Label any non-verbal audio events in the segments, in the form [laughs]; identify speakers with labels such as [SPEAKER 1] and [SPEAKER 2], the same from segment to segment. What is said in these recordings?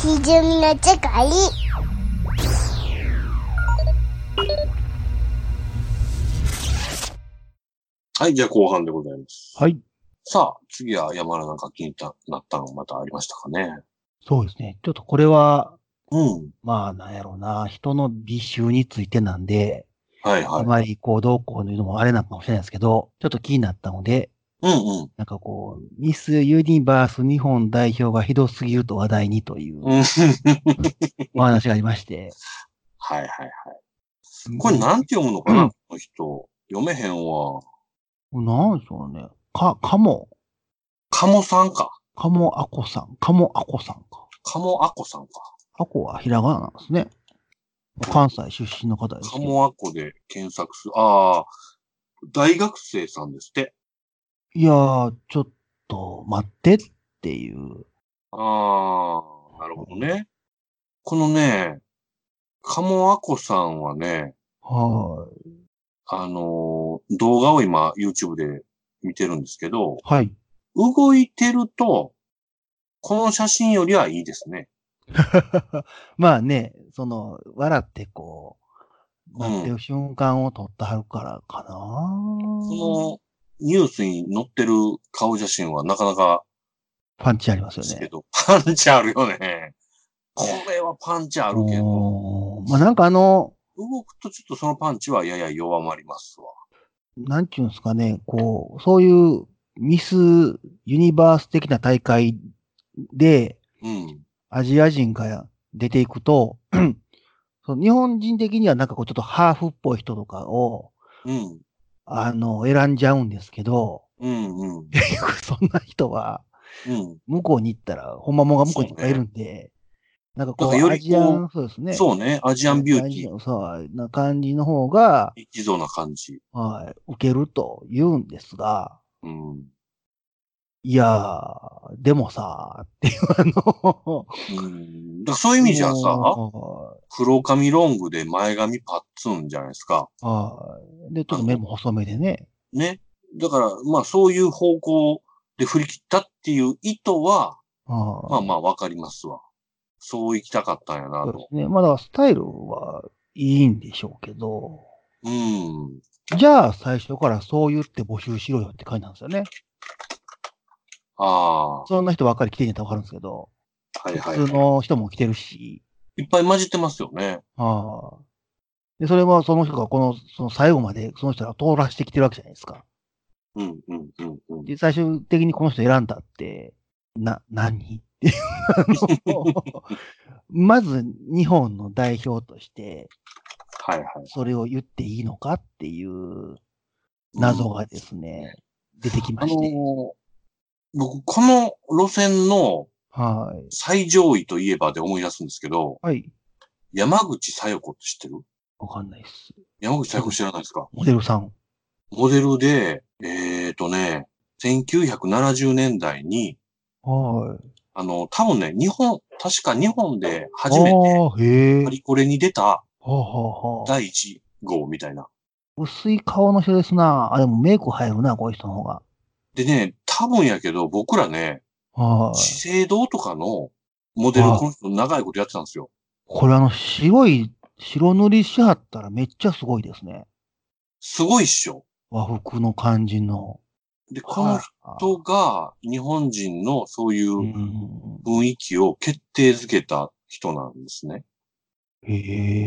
[SPEAKER 1] ひじゅみのちかい
[SPEAKER 2] はい、じゃあ後半でございます。
[SPEAKER 3] はい。
[SPEAKER 2] さあ、次は山田なんか気になったのまたありましたかね。
[SPEAKER 3] そうですね。ちょっとこれは、
[SPEAKER 2] うん。
[SPEAKER 3] まあ、なんやろうな、人の美醜についてなんで、
[SPEAKER 2] はい
[SPEAKER 3] あ
[SPEAKER 2] はい。
[SPEAKER 3] まりこう、どうこういうのもあれなのかもしれないですけど、ちょっと気になったので、
[SPEAKER 2] うん
[SPEAKER 3] なんかこう、ミス・ユニバース日本代表がひどすぎると話題にという
[SPEAKER 2] うん。うん。はい
[SPEAKER 3] お話がありまして。
[SPEAKER 2] はいはい。これなんて読むのかな、
[SPEAKER 3] うん
[SPEAKER 2] この人。読めへんわ。
[SPEAKER 3] なんでしょうね。か、かも、
[SPEAKER 2] カモさんか。
[SPEAKER 3] かもあこさん、かもあこさんか。
[SPEAKER 2] カモアコさんか。
[SPEAKER 3] あこはひらがななんですね。関西出身の方です
[SPEAKER 2] カ
[SPEAKER 3] けど。
[SPEAKER 2] モアコで検索する。ああ、大学生さんですって。
[SPEAKER 3] いやー、ちょっと待ってっていう。
[SPEAKER 2] ああ、なるほどね。このね、カモアコさんはね、
[SPEAKER 3] は
[SPEAKER 2] あのー動画を今 YouTube で見てるんですけど、
[SPEAKER 3] い。はい。
[SPEAKER 2] 動いてると、この写真よりはいいですね。
[SPEAKER 3] まあね、その、笑ってこ
[SPEAKER 2] う
[SPEAKER 3] う、
[SPEAKER 2] ん
[SPEAKER 3] なってる瞬間を撮ってはるからかな、
[SPEAKER 2] このニュースに載ってる顔写真はなかなか
[SPEAKER 3] パンチあります
[SPEAKER 2] で
[SPEAKER 3] よ
[SPEAKER 2] すけ
[SPEAKER 3] ね。
[SPEAKER 2] ど、パンチあるよね。これはパンチあるけど、
[SPEAKER 3] おーまあなんかあの、
[SPEAKER 2] 動くとちょっとそのパンチはやや弱まりますわ。
[SPEAKER 3] なんていうんですかね、こう、そういうミスユニバース的な大会で
[SPEAKER 2] うん。
[SPEAKER 3] アジア人が出ていくと、 [clears throat] その日本人的にはなんかこうちょっとハーフっぽい人とかを、
[SPEAKER 2] うん。
[SPEAKER 3] あの、選んじゃうんですけど、 [laughs]
[SPEAKER 2] うん。うん。
[SPEAKER 3] 結局そんな人は、
[SPEAKER 2] うん。
[SPEAKER 3] 向こうに行ったら、ほんまもんが向こうにいっぱいいるんで、なんかこ
[SPEAKER 2] なんか
[SPEAKER 3] う、
[SPEAKER 2] より
[SPEAKER 3] アジアン、そうですね。う、
[SPEAKER 2] そうね。アジアンビューティー。
[SPEAKER 3] ー。そう、な感じの方が、
[SPEAKER 2] 一途な感じ。
[SPEAKER 3] はい、受けると言うんですが、
[SPEAKER 2] うん。
[SPEAKER 3] いやー、でもさ、っていうあの、
[SPEAKER 2] うん、だからそういう意味じゃさ、
[SPEAKER 3] も
[SPEAKER 2] 黒髪ロングで前髪パッツンじゃないですか。
[SPEAKER 3] うはい。で、ちょっと目も細めでね。
[SPEAKER 2] ね。だから、まあそういう方向で振り切ったっていう意図は、
[SPEAKER 3] はい
[SPEAKER 2] まあまあわかりますわ。そう行きたかったんやな
[SPEAKER 3] そうで
[SPEAKER 2] と。
[SPEAKER 3] すね。まあだからスタイルはいいんでしょうけど、
[SPEAKER 2] うん。
[SPEAKER 3] じゃあ最初からそう言って募集しろよって感じなんですよね。
[SPEAKER 2] あ
[SPEAKER 3] そんな人ばっかり来てんやったらわかるんですけど、
[SPEAKER 2] あ。はいはい、
[SPEAKER 3] 普通
[SPEAKER 2] は
[SPEAKER 3] の人も来てるし、
[SPEAKER 2] い。いっぱい混じってますよね。
[SPEAKER 3] ああ。で、それはその人がこの、その最後までその人が通らしてきてるわけじゃないですか。
[SPEAKER 2] うんうんうんうん。
[SPEAKER 3] で、最終的にこの人選んだって、な、何っていうあの [laughs] まず日本の代表として、
[SPEAKER 2] はいはい。
[SPEAKER 3] それを言っていいのかっていう謎がですね、出て
[SPEAKER 2] あ
[SPEAKER 3] きま
[SPEAKER 2] の
[SPEAKER 3] して。
[SPEAKER 2] ー僕、この路線の
[SPEAKER 3] はい。
[SPEAKER 2] 最上位といえばで思い出すんですけど、
[SPEAKER 3] はい。
[SPEAKER 2] 山口さよ子って知ってる
[SPEAKER 3] わかんないです。
[SPEAKER 2] 山口さよ子知らないですか
[SPEAKER 3] モデルさん。
[SPEAKER 2] モデルで、えっ、とね、1970年代に、
[SPEAKER 3] はい。
[SPEAKER 2] あの、多分ね、日本、確か日本で初めて、
[SPEAKER 3] ああ、へえ。
[SPEAKER 2] パ
[SPEAKER 3] は
[SPEAKER 2] リコレに出た
[SPEAKER 3] あはあはあ。
[SPEAKER 2] 第1号みたいな。
[SPEAKER 3] 薄い顔の人ですな。あ、でもメイク入るな、こういう人の方が。
[SPEAKER 2] でね、多分やけど、僕らね、
[SPEAKER 3] はい。
[SPEAKER 2] 資生堂とかのモデル、
[SPEAKER 3] はい
[SPEAKER 2] この人長いことやってたんですよ。
[SPEAKER 3] これあの、白い、白塗りしはったらめっちゃすごいですね。
[SPEAKER 2] すごいっしょ。
[SPEAKER 3] 和服の感じの。。
[SPEAKER 2] で、この人が日本人のそういううん雰囲気を決定づけた人なんですね。
[SPEAKER 3] へ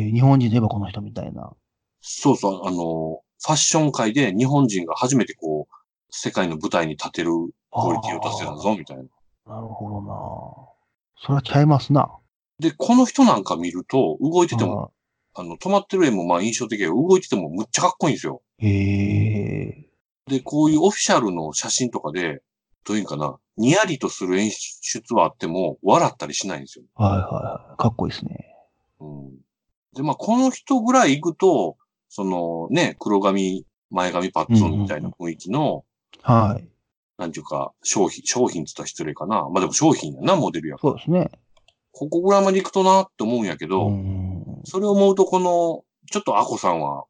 [SPEAKER 3] え、日本人で言えばこの人みたいな。
[SPEAKER 2] そうそう、あの、ファッション界で日本人が初めてこう、世界の舞台に立てるクオリティを出せたぞ、みたいな。
[SPEAKER 3] あーなるほどな。それはちゃいますな。
[SPEAKER 2] で、この人なんか見ると、動いてても、
[SPEAKER 3] は
[SPEAKER 2] あの、止まってる絵もまあ印象的やけど動いててもむっちゃかっこいいんですよ。
[SPEAKER 3] いへえ。
[SPEAKER 2] で、こういうオフィシャルの写真とかで、どういうんかな、にやりとする演出はあっても、笑ったりしないんですよ。
[SPEAKER 3] はいはいはい。かっこいいですね。
[SPEAKER 2] うん。で、まあ、この人ぐらい行くと、そのね、黒髪、前髪パッツンみたいな雰囲気の、
[SPEAKER 3] はい。
[SPEAKER 2] なんていうか、商品、商品って言ったら失礼かな。まあでも商品やな、モデルや。
[SPEAKER 3] そうですね。
[SPEAKER 2] ここぐらいまで行くとなって思うんやけど、
[SPEAKER 3] ん。
[SPEAKER 2] それを思うとこの、ちょっとアコさんは、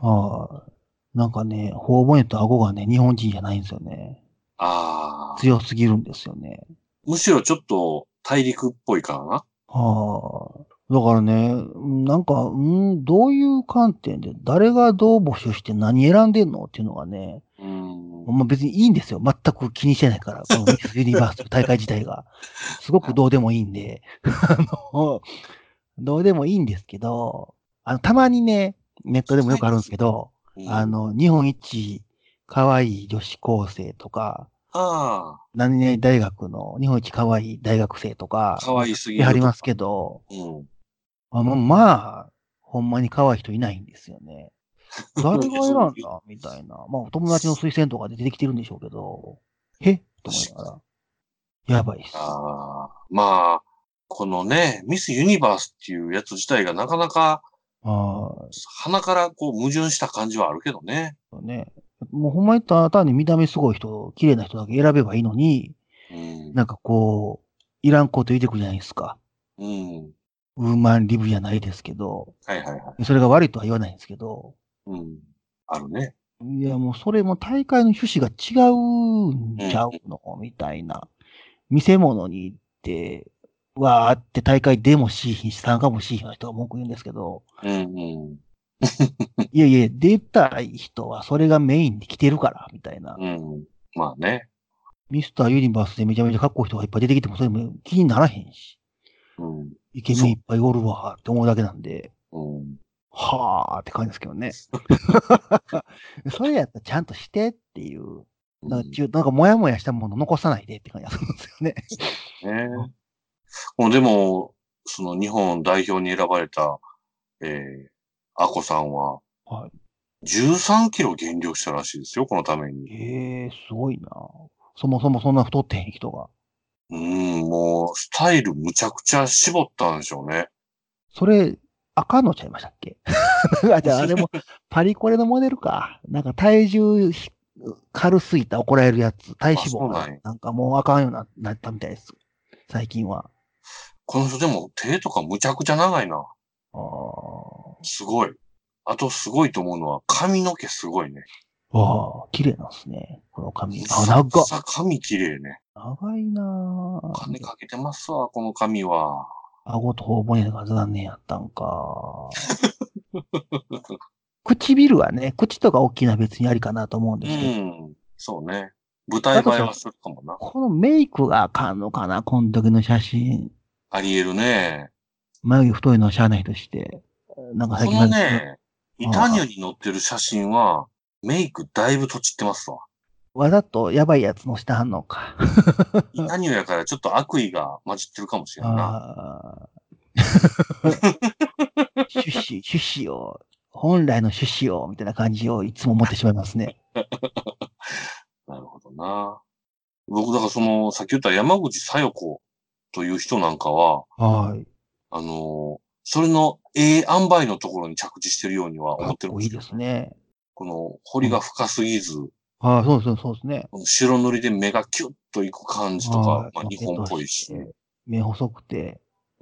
[SPEAKER 3] はい。なんかね、頬骨と顎がね、日本人じゃないんですよね。
[SPEAKER 2] ああ、
[SPEAKER 3] 強すぎるんですよね。
[SPEAKER 2] むしろちょっと大陸っぽいからな。
[SPEAKER 3] はあ。だからね、なんか、うんどういう観点で、誰がどう募集して何選んでんのっていうのがね、
[SPEAKER 2] うん。
[SPEAKER 3] まあ、別にいいんですよ。全く気にしてないから、このミ
[SPEAKER 2] [laughs]
[SPEAKER 3] ス・ユニバースという大会自体が。すごくどうでもいいんで、あの、どうでもいいんですけど、あの、たまにね、ネットでもよくあるんですけど、あ、の、日本一可愛い女子高生とか、
[SPEAKER 2] あ
[SPEAKER 3] 何々大学の日本一可愛い大学生と
[SPEAKER 2] あ、
[SPEAKER 3] か、
[SPEAKER 2] 可愛すぎ
[SPEAKER 3] や
[SPEAKER 2] る。
[SPEAKER 3] りますけど、
[SPEAKER 2] うん。
[SPEAKER 3] あまあ、まあ、ほんまに可愛い人いないんですよね。誰が選ん
[SPEAKER 2] いや
[SPEAKER 3] だみたいな。まあ、お友達の推薦とかで出てきてるんでしょうけど、へと思いながら。やばいっす。
[SPEAKER 2] ああ、まあ、このね、ミスユニバースっていうやつ自体がなかなか
[SPEAKER 3] は
[SPEAKER 2] 鼻からこう矛盾した感じはあるけどね。
[SPEAKER 3] い。ね。もうほんまにただ単に見た目すごい人、綺麗な人だけ選べばいいのに、
[SPEAKER 2] うん。
[SPEAKER 3] なんかこう、いらんこと言うてくるじゃないですか。
[SPEAKER 2] うん。
[SPEAKER 3] ウーマンリブじゃないですけど、
[SPEAKER 2] はいはいはい。
[SPEAKER 3] それが悪いとは言わないんですけど、
[SPEAKER 2] うん。あるね。
[SPEAKER 3] いやもうそれも大会の趣旨が違うんちゃうの、みたいな。見せ物に行って、わーって大会でもしいひんし、参加もしいひんの人が文句言うんですけど、
[SPEAKER 2] うん
[SPEAKER 3] いやいや、出たい人はそれがメインで来てるから、みたいな
[SPEAKER 2] う。ん。うん。まあね。
[SPEAKER 3] ミスターユニバースでめちゃめちゃかっこいい人がいっぱい出てきても、それも気にならへんし、
[SPEAKER 2] うん。
[SPEAKER 3] イケメンいっぱいおるわーって思うだけなんで、
[SPEAKER 2] うん。
[SPEAKER 3] はーって感じですけ
[SPEAKER 2] [laughs]
[SPEAKER 3] どね。それやったらちゃんとしてっていう。なんか、中なんか、もやもやしたもの残さないでって感じがするんです
[SPEAKER 2] [laughs]
[SPEAKER 3] よね。
[SPEAKER 2] ね。もうでも、その日本代表に選ばれた、えー、アコさんは、
[SPEAKER 3] は
[SPEAKER 2] 13キロ減量したらしいですよ、このために。
[SPEAKER 3] ええすごいな。そもそもそんな太ってへん人が。
[SPEAKER 2] うん、もう、スタイルむちゃくちゃ絞ったんでしょうね。
[SPEAKER 3] それ、赤のちゃいましたっけ [laughs] あじゃあ、あれも、パリコレのモデルか。なんか、体重ひ、軽すぎた怒られるやつ、体脂肪
[SPEAKER 2] あそう
[SPEAKER 3] が
[SPEAKER 2] なんや
[SPEAKER 3] なんかもうあかんようにななったみたいです。最近は。
[SPEAKER 2] この人でも手とかむちゃくちゃ長いな。
[SPEAKER 3] あー
[SPEAKER 2] すごい。あとすごいと思うのは髪の毛すごいね。
[SPEAKER 3] あー、綺麗なんですね。この髪。あ、長っ
[SPEAKER 2] さ髪綺麗ね。
[SPEAKER 3] 長いな
[SPEAKER 2] お金
[SPEAKER 3] ぁ。
[SPEAKER 2] かけてますわ、この髪は。
[SPEAKER 3] 顎と頬骨が残念やったんか。 [laughs] 唇はね、口とか大きいのは別にありかなと思うん
[SPEAKER 2] う
[SPEAKER 3] ですけど、
[SPEAKER 2] ん。そうね。舞台映えはするかもな。
[SPEAKER 3] このメイクがあかんのかなこの時の写真。
[SPEAKER 2] ありえるね。
[SPEAKER 3] 眉毛太いのはしゃあないとして。なんか
[SPEAKER 2] こ
[SPEAKER 3] 最近
[SPEAKER 2] の
[SPEAKER 3] ま
[SPEAKER 2] ね、イタニュに載ってる写真は、メイクだいぶとちってますわ。
[SPEAKER 3] わざとやばいやつのしてはんのか。
[SPEAKER 2] イタニュやからちょっと悪意が混じってるかもしれんな
[SPEAKER 3] あー趣旨、趣旨を、本来の趣旨を、みたいな感じをいつも思ってしまいますね。
[SPEAKER 2] い。なるほどな。僕、だからその、さっき言った山口さよ子という人なんかは、
[SPEAKER 3] はい。
[SPEAKER 2] あのーそれの、ええ塩梅のところに着地してるようには
[SPEAKER 3] か
[SPEAKER 2] 思
[SPEAKER 3] っ
[SPEAKER 2] ってるん
[SPEAKER 3] こ
[SPEAKER 2] で
[SPEAKER 3] いい
[SPEAKER 2] すよ。
[SPEAKER 3] ですね。
[SPEAKER 2] この、彫りが深すぎず、
[SPEAKER 3] ああ、そうですね、そうですね。
[SPEAKER 2] この白塗りで目がキュッといく感じと
[SPEAKER 3] は
[SPEAKER 2] か
[SPEAKER 3] い、
[SPEAKER 2] まあ日本っぽいし、。
[SPEAKER 3] 目細くて、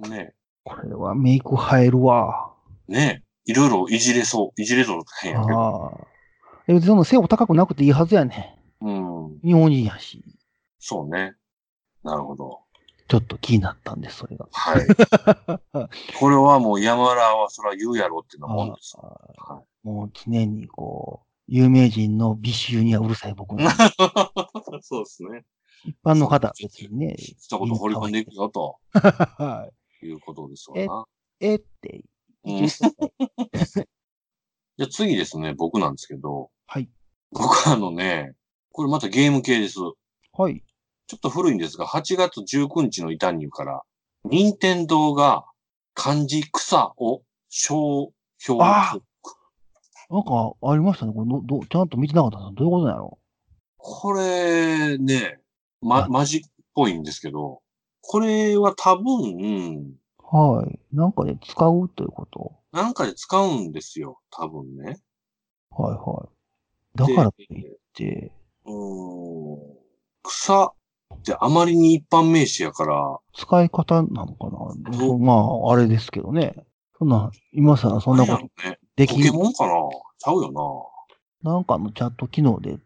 [SPEAKER 2] ね、
[SPEAKER 3] これはメイク映えるわ。
[SPEAKER 2] ね、いろいろいじれそう、いじれそう変やけど、
[SPEAKER 3] ああ。え、その背も高くなくていいはずやね。
[SPEAKER 2] うん、
[SPEAKER 3] 日本人やし。
[SPEAKER 2] そうね。なるほど。
[SPEAKER 3] ちょっと気になったんです、それが。
[SPEAKER 2] はい。これはもう山田はそれは言うやろってなもんです。
[SPEAKER 3] ああ
[SPEAKER 2] は
[SPEAKER 3] もう常にこう、有名人の美醜にはうるさい僕
[SPEAKER 2] [laughs]
[SPEAKER 3] の。
[SPEAKER 2] そうですね。
[SPEAKER 3] 一般の方は別にね。
[SPEAKER 2] 一言掘り込んでいくよと
[SPEAKER 3] は
[SPEAKER 2] いうことですわな。
[SPEAKER 3] い。えって。
[SPEAKER 2] うんじゃあ次ですね、僕なんですけど。
[SPEAKER 3] はい。
[SPEAKER 2] 僕あのね、これまたゲーム系です。ちょ
[SPEAKER 3] はい。
[SPEAKER 2] っと古いんですが、8月19日のイタニューから、任天堂が漢字草を商標
[SPEAKER 3] あ
[SPEAKER 2] と
[SPEAKER 3] ーなんかありましたね。これのどちゃんと見てなかったな。どういうことなの
[SPEAKER 2] これね、ま、
[SPEAKER 3] あ
[SPEAKER 2] マジっぽいんですけど、これは多分、
[SPEAKER 3] はい。なんかで使うということ
[SPEAKER 2] なんかで使うんですよ、多分ね。
[SPEAKER 3] はいはい。だからと
[SPEAKER 2] で
[SPEAKER 3] いって、
[SPEAKER 2] うーん草ってあまりに一般名詞やから、
[SPEAKER 3] 使い方なのかなそうまあ、あれですけどね。そんな、今さらそんなこ
[SPEAKER 2] あ
[SPEAKER 3] と
[SPEAKER 2] れやろね、
[SPEAKER 3] で
[SPEAKER 2] ポ
[SPEAKER 3] き
[SPEAKER 2] ケ
[SPEAKER 3] る。
[SPEAKER 2] モンかなちゃうよ
[SPEAKER 3] なんかのチャット機能で、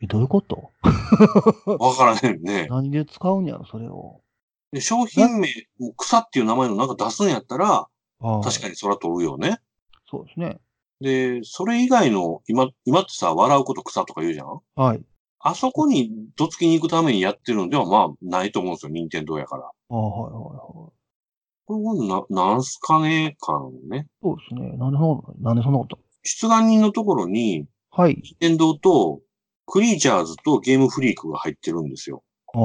[SPEAKER 3] えどういうこと
[SPEAKER 2] な。わからへんね。
[SPEAKER 3] 何で使うんやろ、それを。
[SPEAKER 2] で商品名、草っていう名前のなんか出すんやったら、
[SPEAKER 3] ああ
[SPEAKER 2] 確かにそら取るよね。
[SPEAKER 3] そうですね。
[SPEAKER 2] で、それ以外の、今、今ってさ、笑うこと草とか言うじゃん
[SPEAKER 3] はい。
[SPEAKER 2] あそこにどつきに行くためにやってるのではまあないと思うんですよ、任天堂やから。
[SPEAKER 3] ああはいはいはい。
[SPEAKER 2] これはな、なんすかね感ね。
[SPEAKER 3] そうですね。なんでそんなこと、なんでそんなこと。
[SPEAKER 2] 出願人のところに、
[SPEAKER 3] はい。
[SPEAKER 2] 任天堂と、クリーチャーズとゲームフリークが入ってるんですよ。
[SPEAKER 3] あ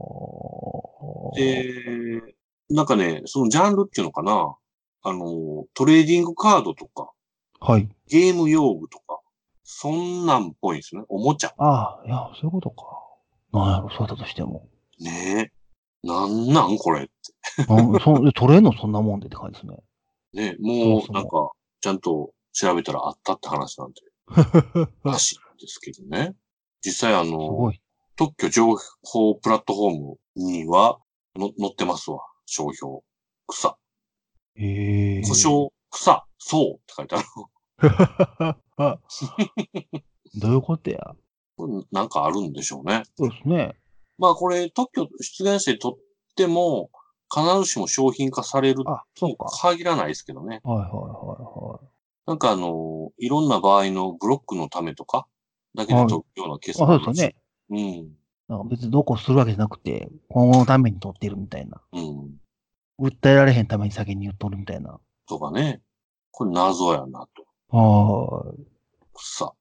[SPEAKER 3] あ。
[SPEAKER 2] で、なんかね、そのジャンルっていうのかなあの、トレーディングカードとか、
[SPEAKER 3] はい。
[SPEAKER 2] ゲーム用具とか、そんなんっぽいんですね。おもちゃ。
[SPEAKER 3] ああ、いや、そういうことか。なんやろ、そうだとしても。
[SPEAKER 2] ねえ。なんなんこれ。
[SPEAKER 3] なんそん取れんのそんなもんでって感じですね。
[SPEAKER 2] ねも
[SPEAKER 3] そう
[SPEAKER 2] う、
[SPEAKER 3] そう
[SPEAKER 2] なんか、ちゃんと調べたらあったって話なん
[SPEAKER 3] [laughs]
[SPEAKER 2] で。らしいですけどね。実際あ
[SPEAKER 3] す
[SPEAKER 2] の
[SPEAKER 3] ご、い。
[SPEAKER 2] 特許情報プラットフォームにはの載ってますわ。商標。草。
[SPEAKER 3] ええ
[SPEAKER 2] 故障。草。そうって書いてある。 [laughs]
[SPEAKER 3] どういうことや。
[SPEAKER 2] これなんかあるんでしょうね。
[SPEAKER 3] そうですね。
[SPEAKER 2] まあこれ特許出願して取っても、必ずしも商品化される
[SPEAKER 3] あ、そ
[SPEAKER 2] と
[SPEAKER 3] うか。
[SPEAKER 2] 限らないですけどね。
[SPEAKER 3] はいはいは
[SPEAKER 2] なんかあの、いろんな場合のブロックのためとか、だけで取るようなケース
[SPEAKER 3] いはい。あ、そう
[SPEAKER 2] ら
[SPEAKER 3] で
[SPEAKER 2] し
[SPEAKER 3] す
[SPEAKER 2] い
[SPEAKER 3] よね。
[SPEAKER 2] うん。
[SPEAKER 3] なんか別にどうこうするわけじゃなくて、今後のために取ってるみたいな。
[SPEAKER 2] うん。
[SPEAKER 3] 訴えられへんために先に言っとるみたいな。
[SPEAKER 2] とかね。これ謎やなと。
[SPEAKER 3] は
[SPEAKER 2] さ。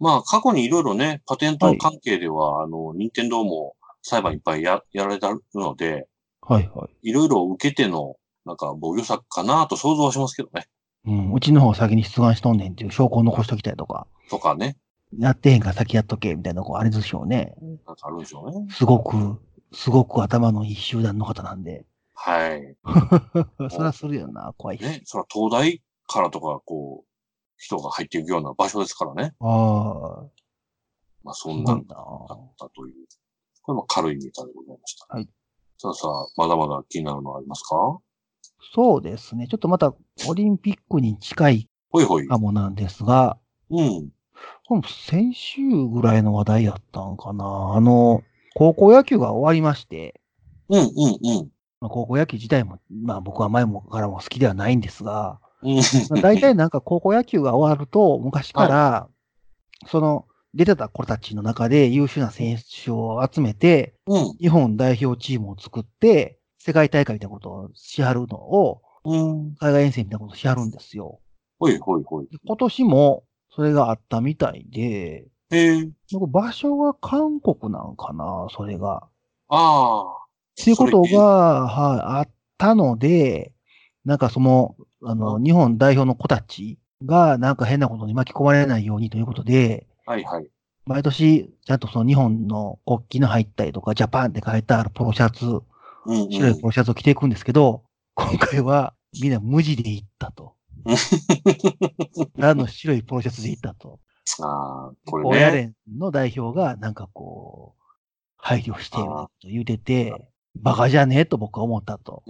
[SPEAKER 2] まあ、過去にいろいろね、パテント関係では、あの、任天堂も裁判いっぱいややられてるので、
[SPEAKER 3] い。はいはい
[SPEAKER 2] ろいろ受けての、なんか防御策かなと想像はしますけどね。
[SPEAKER 3] い。うん。うちの方が先に出願しとんねんっていう証拠を残しときたいとか、
[SPEAKER 2] とかね。
[SPEAKER 3] やってへんから先やっとけ、みたいな、こう、あれでしょうね。
[SPEAKER 2] なんかあるんでしょうね。
[SPEAKER 3] すごく、すごく頭のいい集団の方なんで。
[SPEAKER 2] はい。
[SPEAKER 3] そらするよな、怖いし。
[SPEAKER 2] ね。それは東大からとか、こう、人が入っていくような場所ですからね。
[SPEAKER 3] ああ、
[SPEAKER 2] まあ、
[SPEAKER 3] す
[SPEAKER 2] そんな
[SPEAKER 3] ごい
[SPEAKER 2] ん
[SPEAKER 3] な。
[SPEAKER 2] だったという。これも軽いネタでございました。
[SPEAKER 3] はい。
[SPEAKER 2] さあさあ、まだまだ気になるのありますか
[SPEAKER 3] そうですね。ちょっとまた、オリンピックに近い
[SPEAKER 2] ほいほい
[SPEAKER 3] か。もなんですが、
[SPEAKER 2] うん。
[SPEAKER 3] これも先週ぐらいの話題やったんかな。あの、高校野球が終わりまして、
[SPEAKER 2] うん、うん、うん。
[SPEAKER 3] まあ、高校野球自体も、まあ僕は前もからも好きではないんですが、
[SPEAKER 2] うん。
[SPEAKER 3] まあ、大体なんか高校野球が終わると、昔から、その出てた子たちの中で優秀な選手を集めて、
[SPEAKER 2] うん。
[SPEAKER 3] 日本代表チームを作って、世界大会みたいなことをしはるのを、
[SPEAKER 2] うん。
[SPEAKER 3] 海外遠征みたいなことをしはるんですよ。
[SPEAKER 2] ほいほいほい。
[SPEAKER 3] で今年もそれがあったみたいで、
[SPEAKER 2] ええ
[SPEAKER 3] なんか場所が韓国なんかな、それが。
[SPEAKER 2] ああ。
[SPEAKER 3] っていうこと
[SPEAKER 2] それ
[SPEAKER 3] が、はい、あったので、なんかその、あの、日本代表の子たちが、なんか変なことに巻き込まれないようにということで、
[SPEAKER 2] はいはい。
[SPEAKER 3] 毎年、ちゃんとその日本の国旗の入ったりとか、ジャパンって書いてあるポロシャツ、
[SPEAKER 2] うん、うん。
[SPEAKER 3] 白いポロシャツを着ていくんですけど、今回はみんな無地で行った
[SPEAKER 2] [laughs]
[SPEAKER 3] と。あの白いポロシャツで行ったと。
[SPEAKER 2] ああ、これ
[SPEAKER 3] 親
[SPEAKER 2] ね。
[SPEAKER 3] 連の代表がなんかこう、配慮してみたいなこと言うてて、バカじゃねえと僕は思ったと。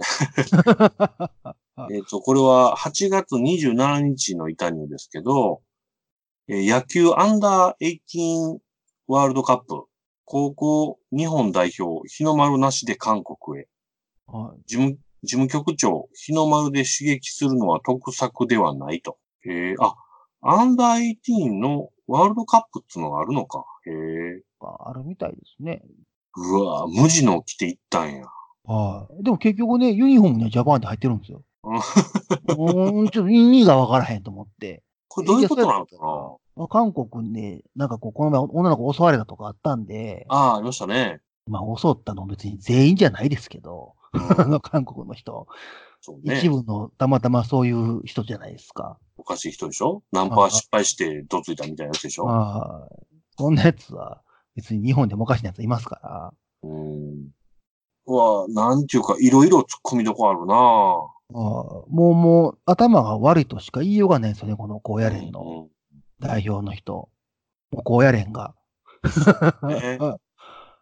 [SPEAKER 2] えっ、と、これは8月27日のイタニューですけど、えー野球アンダー18ワールドカップ、高校日本代表、日の丸なしで韓国へ。
[SPEAKER 3] はい
[SPEAKER 2] 事務、事務局長、日の丸で刺激するのは得策ではないと。えー、あ、アンダー18のワールドカップっていうのがあるのか。へえ。
[SPEAKER 3] あるみたいですね。
[SPEAKER 2] うわぁ、無地の着ていったんや。
[SPEAKER 3] はい。でも結局ね、ユニフォームにはジャパンって入ってるんですよ。
[SPEAKER 2] うん
[SPEAKER 3] うーん、ちょっと意味がわからへんと思って。
[SPEAKER 2] これどういうことなのか
[SPEAKER 3] いやそうや
[SPEAKER 2] な
[SPEAKER 3] ったまあ韓国で、なんかこう、この前女の子襲われたとかあったんで、
[SPEAKER 2] ああ、ありました
[SPEAKER 3] [laughs]
[SPEAKER 2] ね。
[SPEAKER 3] まあ襲ったの別に全員じゃないですけど、
[SPEAKER 2] うん
[SPEAKER 3] あの韓国の人、
[SPEAKER 2] そうね
[SPEAKER 3] 一。部のたまたまそういう人じゃないですか。
[SPEAKER 2] おかしい人でしょナンパ失敗してどついたみたいなやつでしょ
[SPEAKER 3] ああ、そんなやつは別に日本でもおかしなやついますから。
[SPEAKER 2] うん。うわぁ、なんていうか、いろいろ突っ込みどこあるなぁ。
[SPEAKER 3] ああもうもう頭が悪いとしか言いようがないんですよね、この高野連の
[SPEAKER 2] う
[SPEAKER 3] 代表の人。もう高野連が。
[SPEAKER 2] ん
[SPEAKER 3] [laughs]
[SPEAKER 2] ね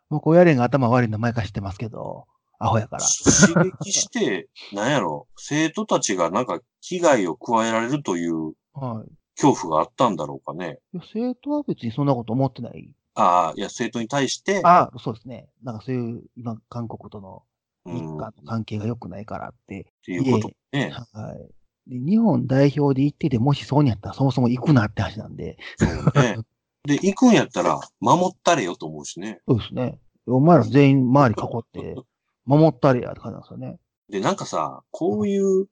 [SPEAKER 3] もう高野連が頭悪いの前から知ってますけど、アホやから。
[SPEAKER 2] [laughs] 刺激して、なんやろ、生徒たちがなんか危害を加えられるという
[SPEAKER 3] はい。
[SPEAKER 2] 恐怖があったんだろうかね。
[SPEAKER 3] いや生徒は別にそんなこと思ってない。
[SPEAKER 2] ああ、いや、生徒に対して、
[SPEAKER 3] ああ、そうですね。なんかそういう、今、韓国との
[SPEAKER 2] うん
[SPEAKER 3] 日韓の関係が良くないからって。
[SPEAKER 2] ていうことね。
[SPEAKER 3] はい。で、日本代表で行ってて、もしそうにやったらそもそも行くなって話なんで。
[SPEAKER 2] そうね。で、行くんやったら、守ったれよと思うしね。
[SPEAKER 3] そうですね。お前ら全員周り囲って、守ったりやって感じなんですよね。
[SPEAKER 2] で、なんかさ、こういう、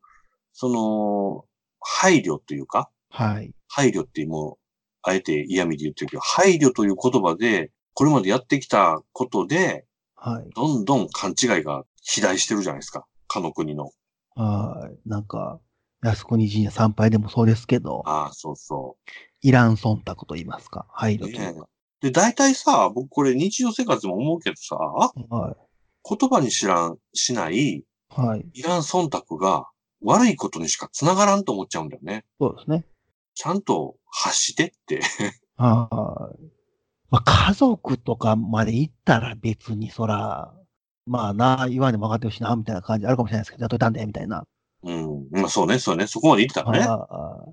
[SPEAKER 2] その、配慮というか、
[SPEAKER 3] はい。
[SPEAKER 2] 配慮ってもう、あえて嫌味で言ってるけど、配慮という言葉で、これまでやってきたことで、
[SPEAKER 3] はい。
[SPEAKER 2] どんどん勘違いが肥大してるじゃないですか。かの国の。
[SPEAKER 3] はい。なんか、靖国神社参拝でもそうですけど、
[SPEAKER 2] ああ、そうそ
[SPEAKER 3] イラン忖度と言いますか、配
[SPEAKER 2] う。
[SPEAKER 3] 慮とい
[SPEAKER 2] ね
[SPEAKER 3] うか。
[SPEAKER 2] で、大体さ、僕これ日常生活でも思うけどさ、
[SPEAKER 3] は
[SPEAKER 2] 言葉に知らん、しない、
[SPEAKER 3] い。はい。
[SPEAKER 2] イラン忖度が悪いことにしか繋がらんと思っちゃうんだよね。
[SPEAKER 3] そうですね。
[SPEAKER 2] ちゃんと発してって。 [laughs]
[SPEAKER 3] はい。まあ、家族とかまで行ったら別にそら、まあな、言わんでも分かってるしな、みたいな感じあるかもしれないですけど、やっといたんで、みたいな。
[SPEAKER 2] うん。まあそうね、そうね。そこまで言ってたらね。
[SPEAKER 3] は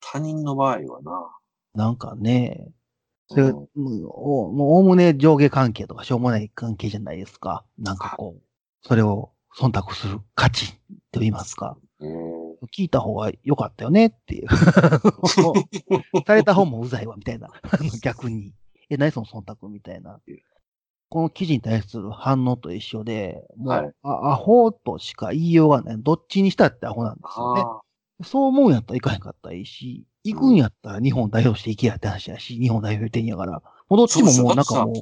[SPEAKER 2] 他人の場合はな。
[SPEAKER 3] いなんかね、それ
[SPEAKER 2] う
[SPEAKER 3] が、
[SPEAKER 2] ん
[SPEAKER 3] もう、おもうおおむね上下関係とかしょうもない関係じゃないですか。なんかこう、それを忖度する価値と言いますか。
[SPEAKER 2] うん
[SPEAKER 3] 聞いた方が良かったよねっ
[SPEAKER 2] [laughs]
[SPEAKER 3] ていう。された方もうざいわ、みたいな。逆に。え、何その忖度みたいな。この記事に対する反応と一緒で、もう、
[SPEAKER 2] はい
[SPEAKER 3] あアホとしか言いようがない。どっちにしたってアホなんですよね。
[SPEAKER 2] あ
[SPEAKER 3] そう思うんやったら行かへんかったらいいし、行くんやったら日本代表して行けやって話やし、日本代表してんやから、もうどっちももうなんかも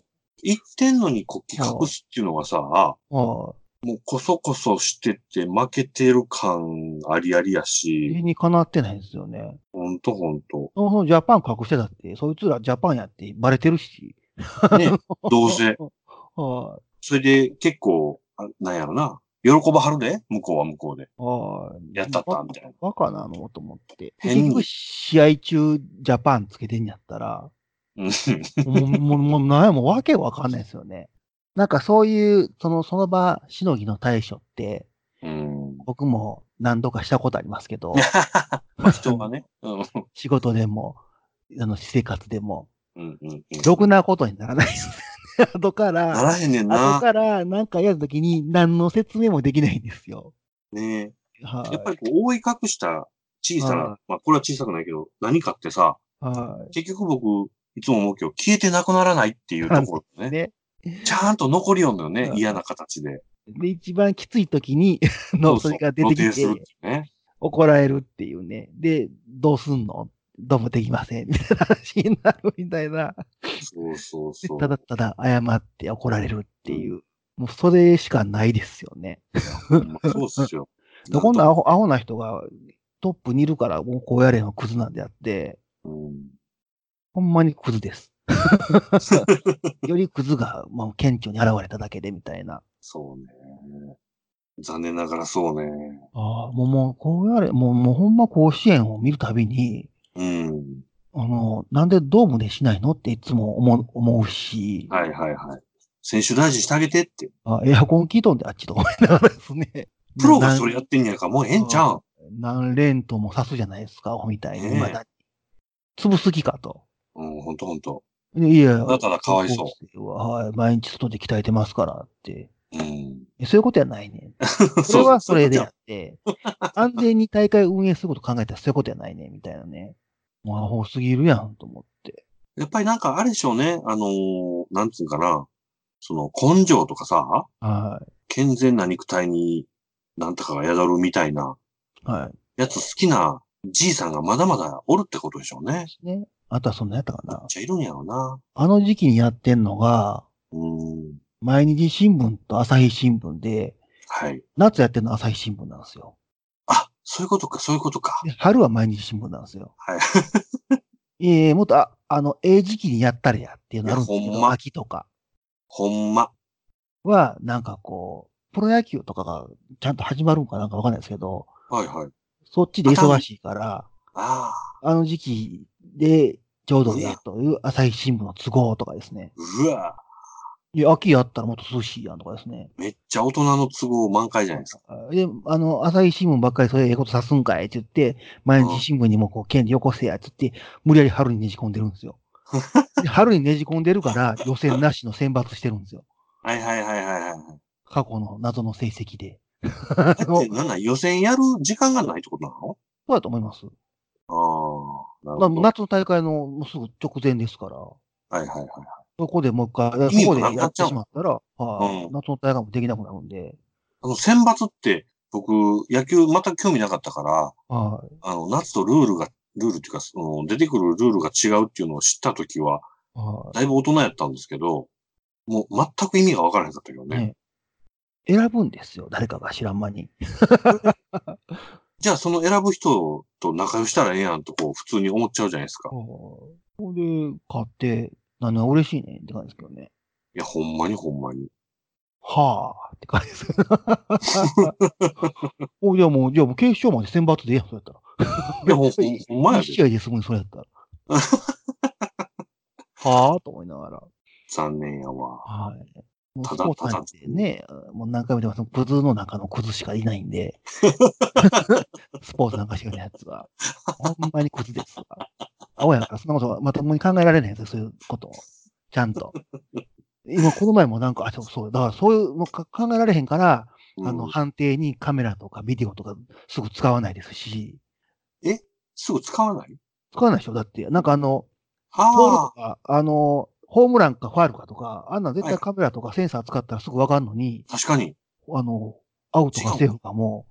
[SPEAKER 2] 言ってんのに国旗隠すっていうのがさ、
[SPEAKER 3] う、ああ、
[SPEAKER 2] もうこそこそしてて負けてる感ありありやし、
[SPEAKER 3] 理にかなってないんですよね。
[SPEAKER 2] ほんとほんと。
[SPEAKER 3] そもそもジャパン隠してたって、そいつらジャパンやってバレてるし。 [laughs]
[SPEAKER 2] ね、どうせ。
[SPEAKER 3] はい
[SPEAKER 2] それで結構、あなんやろな。喜ばはるで向こうは向こうで。
[SPEAKER 3] はい
[SPEAKER 2] やったった、みたいな。
[SPEAKER 3] バカなのと思って。
[SPEAKER 2] 変に
[SPEAKER 3] 結局、試合中、ジャパンつけてんやったら、
[SPEAKER 2] うん
[SPEAKER 3] もう、もう、もう、なんやもうわけわかんないですよね。なんかそういう、その、その場しのぎの対処って、
[SPEAKER 2] うん。
[SPEAKER 3] 僕も何度かしたことありますけど、
[SPEAKER 2] 人がね。うん。
[SPEAKER 3] 仕事でも、あの、私生活でも、
[SPEAKER 2] うん。うん。
[SPEAKER 3] ろくなことにならないですよ [laughs] ね。後か
[SPEAKER 2] な
[SPEAKER 3] ら、
[SPEAKER 2] らへんねん
[SPEAKER 3] 後
[SPEAKER 2] な。
[SPEAKER 3] からなんかやるときに何の説明もできないんですよ。
[SPEAKER 2] ね
[SPEAKER 3] はい。
[SPEAKER 2] やっぱりこう覆い隠した小さ
[SPEAKER 3] は
[SPEAKER 2] な、まあこれは小さくないけど、何かってさ、
[SPEAKER 3] はい。
[SPEAKER 2] 結局僕、いつも思うけど、消えてなくならないっていうところね。
[SPEAKER 3] ね。
[SPEAKER 2] ちゃんと残りよんのよね
[SPEAKER 3] う、ん
[SPEAKER 2] 嫌な形で。
[SPEAKER 3] で、一番きつい時に、あの、 [laughs] それが出てき
[SPEAKER 2] 露呈するってい、うね。
[SPEAKER 3] 怒られるっていうね。で、どうすんのどうもできません。みたいな話になるみたいな。
[SPEAKER 2] そうそう
[SPEAKER 3] で
[SPEAKER 2] そう。
[SPEAKER 3] [laughs] ただただ謝って怒られるっていう。もうそれしかないですよね。
[SPEAKER 2] ほんまそうっす
[SPEAKER 3] [laughs]
[SPEAKER 2] よ。
[SPEAKER 3] でこんなアホアホな人がトップにいるから、もうこうやれのクズなんであって、
[SPEAKER 2] うん
[SPEAKER 3] ほんまにクズ
[SPEAKER 2] [laughs]
[SPEAKER 3] です。よりクズが、まあ、顕著に現れただけでみたいな。
[SPEAKER 2] そうね。残念ながらそうね。
[SPEAKER 3] ああ、もう、もう、こうやれ、もう、もうほんま甲子園を見るたびに、
[SPEAKER 2] うん。
[SPEAKER 3] あの、なんでドームでしないのっていつも思う思うし、
[SPEAKER 2] はいはいはい。選手大事にしてあげてって。
[SPEAKER 3] あエアコン聞いとんであっちと思いながらですね。
[SPEAKER 2] プロがそれやってんやからもうええんちゃうん。
[SPEAKER 3] 何何連投も刺すじゃないですか、アホみたいに。
[SPEAKER 2] ねえ
[SPEAKER 3] 未だに。潰す気かと。
[SPEAKER 2] うん、ほんとほんと。
[SPEAKER 3] でいや、
[SPEAKER 2] だからかわいそう
[SPEAKER 3] う。はい、毎日外で鍛えてますからって。
[SPEAKER 2] うん。
[SPEAKER 3] えそういうことやな
[SPEAKER 2] [laughs]
[SPEAKER 3] いねん。 [laughs] それはそれであって、安全に大会運営すること考えたらそういうことやないねん、みたいなね。もうアホすぎるやん、と思って。
[SPEAKER 2] やっぱりなんかあれでしょうね。あのーなんつうんかな。その根性とかさ、
[SPEAKER 3] は
[SPEAKER 2] 健全な肉体になんとかが宿るみたいな、
[SPEAKER 3] い。はい。
[SPEAKER 2] やつ好きなじいさんがまだまだおるってことでしょうね。
[SPEAKER 3] ね。あとはそんなやったか
[SPEAKER 2] めっ
[SPEAKER 3] な。
[SPEAKER 2] ちゃいるんやろうな。
[SPEAKER 3] あの時期にやってんのが、
[SPEAKER 2] うん。
[SPEAKER 3] 毎日新聞と朝日新聞で、
[SPEAKER 2] はい。
[SPEAKER 3] 夏やってるのは朝日新聞なんですよ。
[SPEAKER 2] あ、そういうことか、そういうことか。
[SPEAKER 3] で春は毎日新聞なんですよ。
[SPEAKER 2] はい。
[SPEAKER 3] ええもっと、あ、あの、ええ時期にやったりやっていうのあるんです
[SPEAKER 2] い
[SPEAKER 3] け
[SPEAKER 2] やほ
[SPEAKER 3] ど、
[SPEAKER 2] んま
[SPEAKER 3] 秋とか
[SPEAKER 2] ほんま。
[SPEAKER 3] は、なんかこう、プロ野球とかがちゃんと始まるんかなんかわかんないですけど、
[SPEAKER 2] はいはい。
[SPEAKER 3] そっちで忙しいから、
[SPEAKER 2] ああ、
[SPEAKER 3] あの時期でちょうどええという朝日新聞の都合とかですね。
[SPEAKER 2] うわ
[SPEAKER 3] いや秋やったらもっと涼しいやんとかですね。
[SPEAKER 2] めっちゃ大人の都合満開じゃないですか。
[SPEAKER 3] で、あの、朝日新聞ばっかりそれええことさすんかいって言って、毎日新聞にもこう、権利よこせやって言って、無理やり春にねじ込んでるんですよ。で春にねじ込んでるから、予選なしの選抜してるんですよ。
[SPEAKER 2] はいはいはいはいはい。
[SPEAKER 3] 過去の謎の成績で。
[SPEAKER 2] [laughs] だってなんなん予選やる時間がないってことなの
[SPEAKER 3] そうだと思います。
[SPEAKER 2] ああ、な
[SPEAKER 3] まあ
[SPEAKER 2] るほど。
[SPEAKER 3] 夏の大会のもうすぐ直前ですから、
[SPEAKER 2] はいはいはい。
[SPEAKER 3] そこでもう一回、
[SPEAKER 2] 意味
[SPEAKER 3] そこで
[SPEAKER 2] なく
[SPEAKER 3] や
[SPEAKER 2] なっ
[SPEAKER 3] っ
[SPEAKER 2] ちゃう
[SPEAKER 3] てしまったら、はい
[SPEAKER 2] うん
[SPEAKER 3] 夏の大会もできなくなるんで、
[SPEAKER 2] あの、選抜って、僕、野球全く興味なかったから、
[SPEAKER 3] はい。
[SPEAKER 2] あの、夏とルールが、ルールっていうか、その、出てくるルールが違うっていうのを知ったときは、
[SPEAKER 3] は
[SPEAKER 2] だいぶ大人やったんですけど、もう全く意味がわからへんかったけど
[SPEAKER 3] い。
[SPEAKER 2] ね。
[SPEAKER 3] ね選ぶんですよ、誰かが知らん間に。
[SPEAKER 2] じゃあその選ぶ人と仲良したらええやんとこう普通に思っちゃうじゃないですか。
[SPEAKER 3] ほんで、買って、何が嬉しいねんって感じですけどね。
[SPEAKER 2] いや、ほんまにほんまに。
[SPEAKER 3] はあって感じ
[SPEAKER 2] [laughs]
[SPEAKER 3] です。おじゃあもう、じゃあもう決勝まで選抜でええやん、それやったら。
[SPEAKER 2] いや、ほんほんほんまや
[SPEAKER 3] 一
[SPEAKER 2] で。
[SPEAKER 3] 試合で済むねそれ
[SPEAKER 2] [laughs]
[SPEAKER 3] やったら。はあと思いながら。
[SPEAKER 2] 残念やわ。
[SPEAKER 3] はい。もう
[SPEAKER 2] た
[SPEAKER 3] ス
[SPEAKER 2] だ
[SPEAKER 3] ポーツなんてね、もう何回も言ってます。クズの中のクズしかいない
[SPEAKER 2] [laughs]
[SPEAKER 3] んで。スポーツなんかしてるやつは。ほんまにクズですわ。青やから、そんなことまともに考えられないんですよ、そういうことを。ちゃんと。今、この前もなんか、あ、そう、そう、だからそういうのか考えられへんから、
[SPEAKER 2] うん
[SPEAKER 3] あの、判定にカメラとかビデオとかすぐ使わないですし、
[SPEAKER 2] すぐ使わない
[SPEAKER 3] 使わないでしょだって、なんかあの、ボールと
[SPEAKER 2] あ
[SPEAKER 3] か、あの、ホームランかファールかとか、あんなん絶
[SPEAKER 2] は
[SPEAKER 3] 対
[SPEAKER 2] い
[SPEAKER 3] カメラとかセンサー使ったらすぐわかんのに、
[SPEAKER 2] あ、確かに。
[SPEAKER 3] あの、アウト
[SPEAKER 2] 違う
[SPEAKER 3] か
[SPEAKER 2] の
[SPEAKER 3] セーフかも、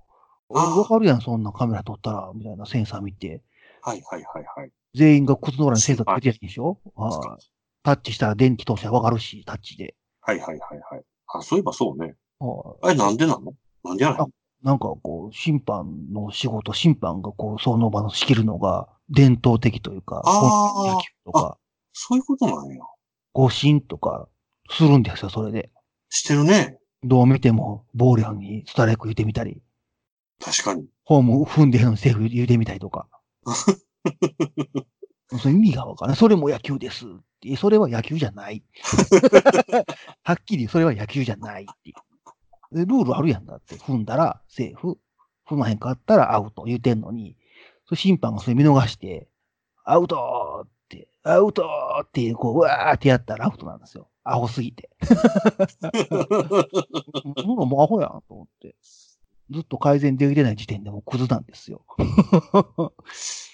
[SPEAKER 2] あー
[SPEAKER 3] わかるやん、そんなカメラ撮ったら、みたいなセンサー見て。
[SPEAKER 2] はいはいはいはい。
[SPEAKER 3] 全員が靴の裏にセンサーつけてるでしょ
[SPEAKER 2] そっ
[SPEAKER 3] は
[SPEAKER 2] か
[SPEAKER 3] いタッチしたら電気通したらわかるし、タッチで。
[SPEAKER 2] はいはいはいはい。あ、そういえばそうね。
[SPEAKER 3] はい
[SPEAKER 2] あれなんでなのなんでやらへんの
[SPEAKER 3] なんかこう、審判の仕事、審判がこう、その場の仕切るのが伝統的というか、
[SPEAKER 2] あー
[SPEAKER 3] こう野球とか、
[SPEAKER 2] そういうことなんや。
[SPEAKER 3] 誤審とかするんですよ、それで。
[SPEAKER 2] してるね。
[SPEAKER 3] どう見ても、ボールやのにストライク言ってみたり、
[SPEAKER 2] 確かに。 [laughs]
[SPEAKER 3] ホーム踏んでるのにセーフ言ってみたりとか。その意味がわからない。それも野球ですって。それは野球じゃない。はっきりそれは野球じゃないっていうでルールあるやんだって。踏んだらセーフ。踏まへんかったらアウト言うてんのに、それ審判がそれ見逃して、アウトーって、アウトーって、こう、うわーってやったらアウトなんですよ。アホすぎて。もうもうアホやんと思って。ずっと改善できてない時点でもうクズなんですよ。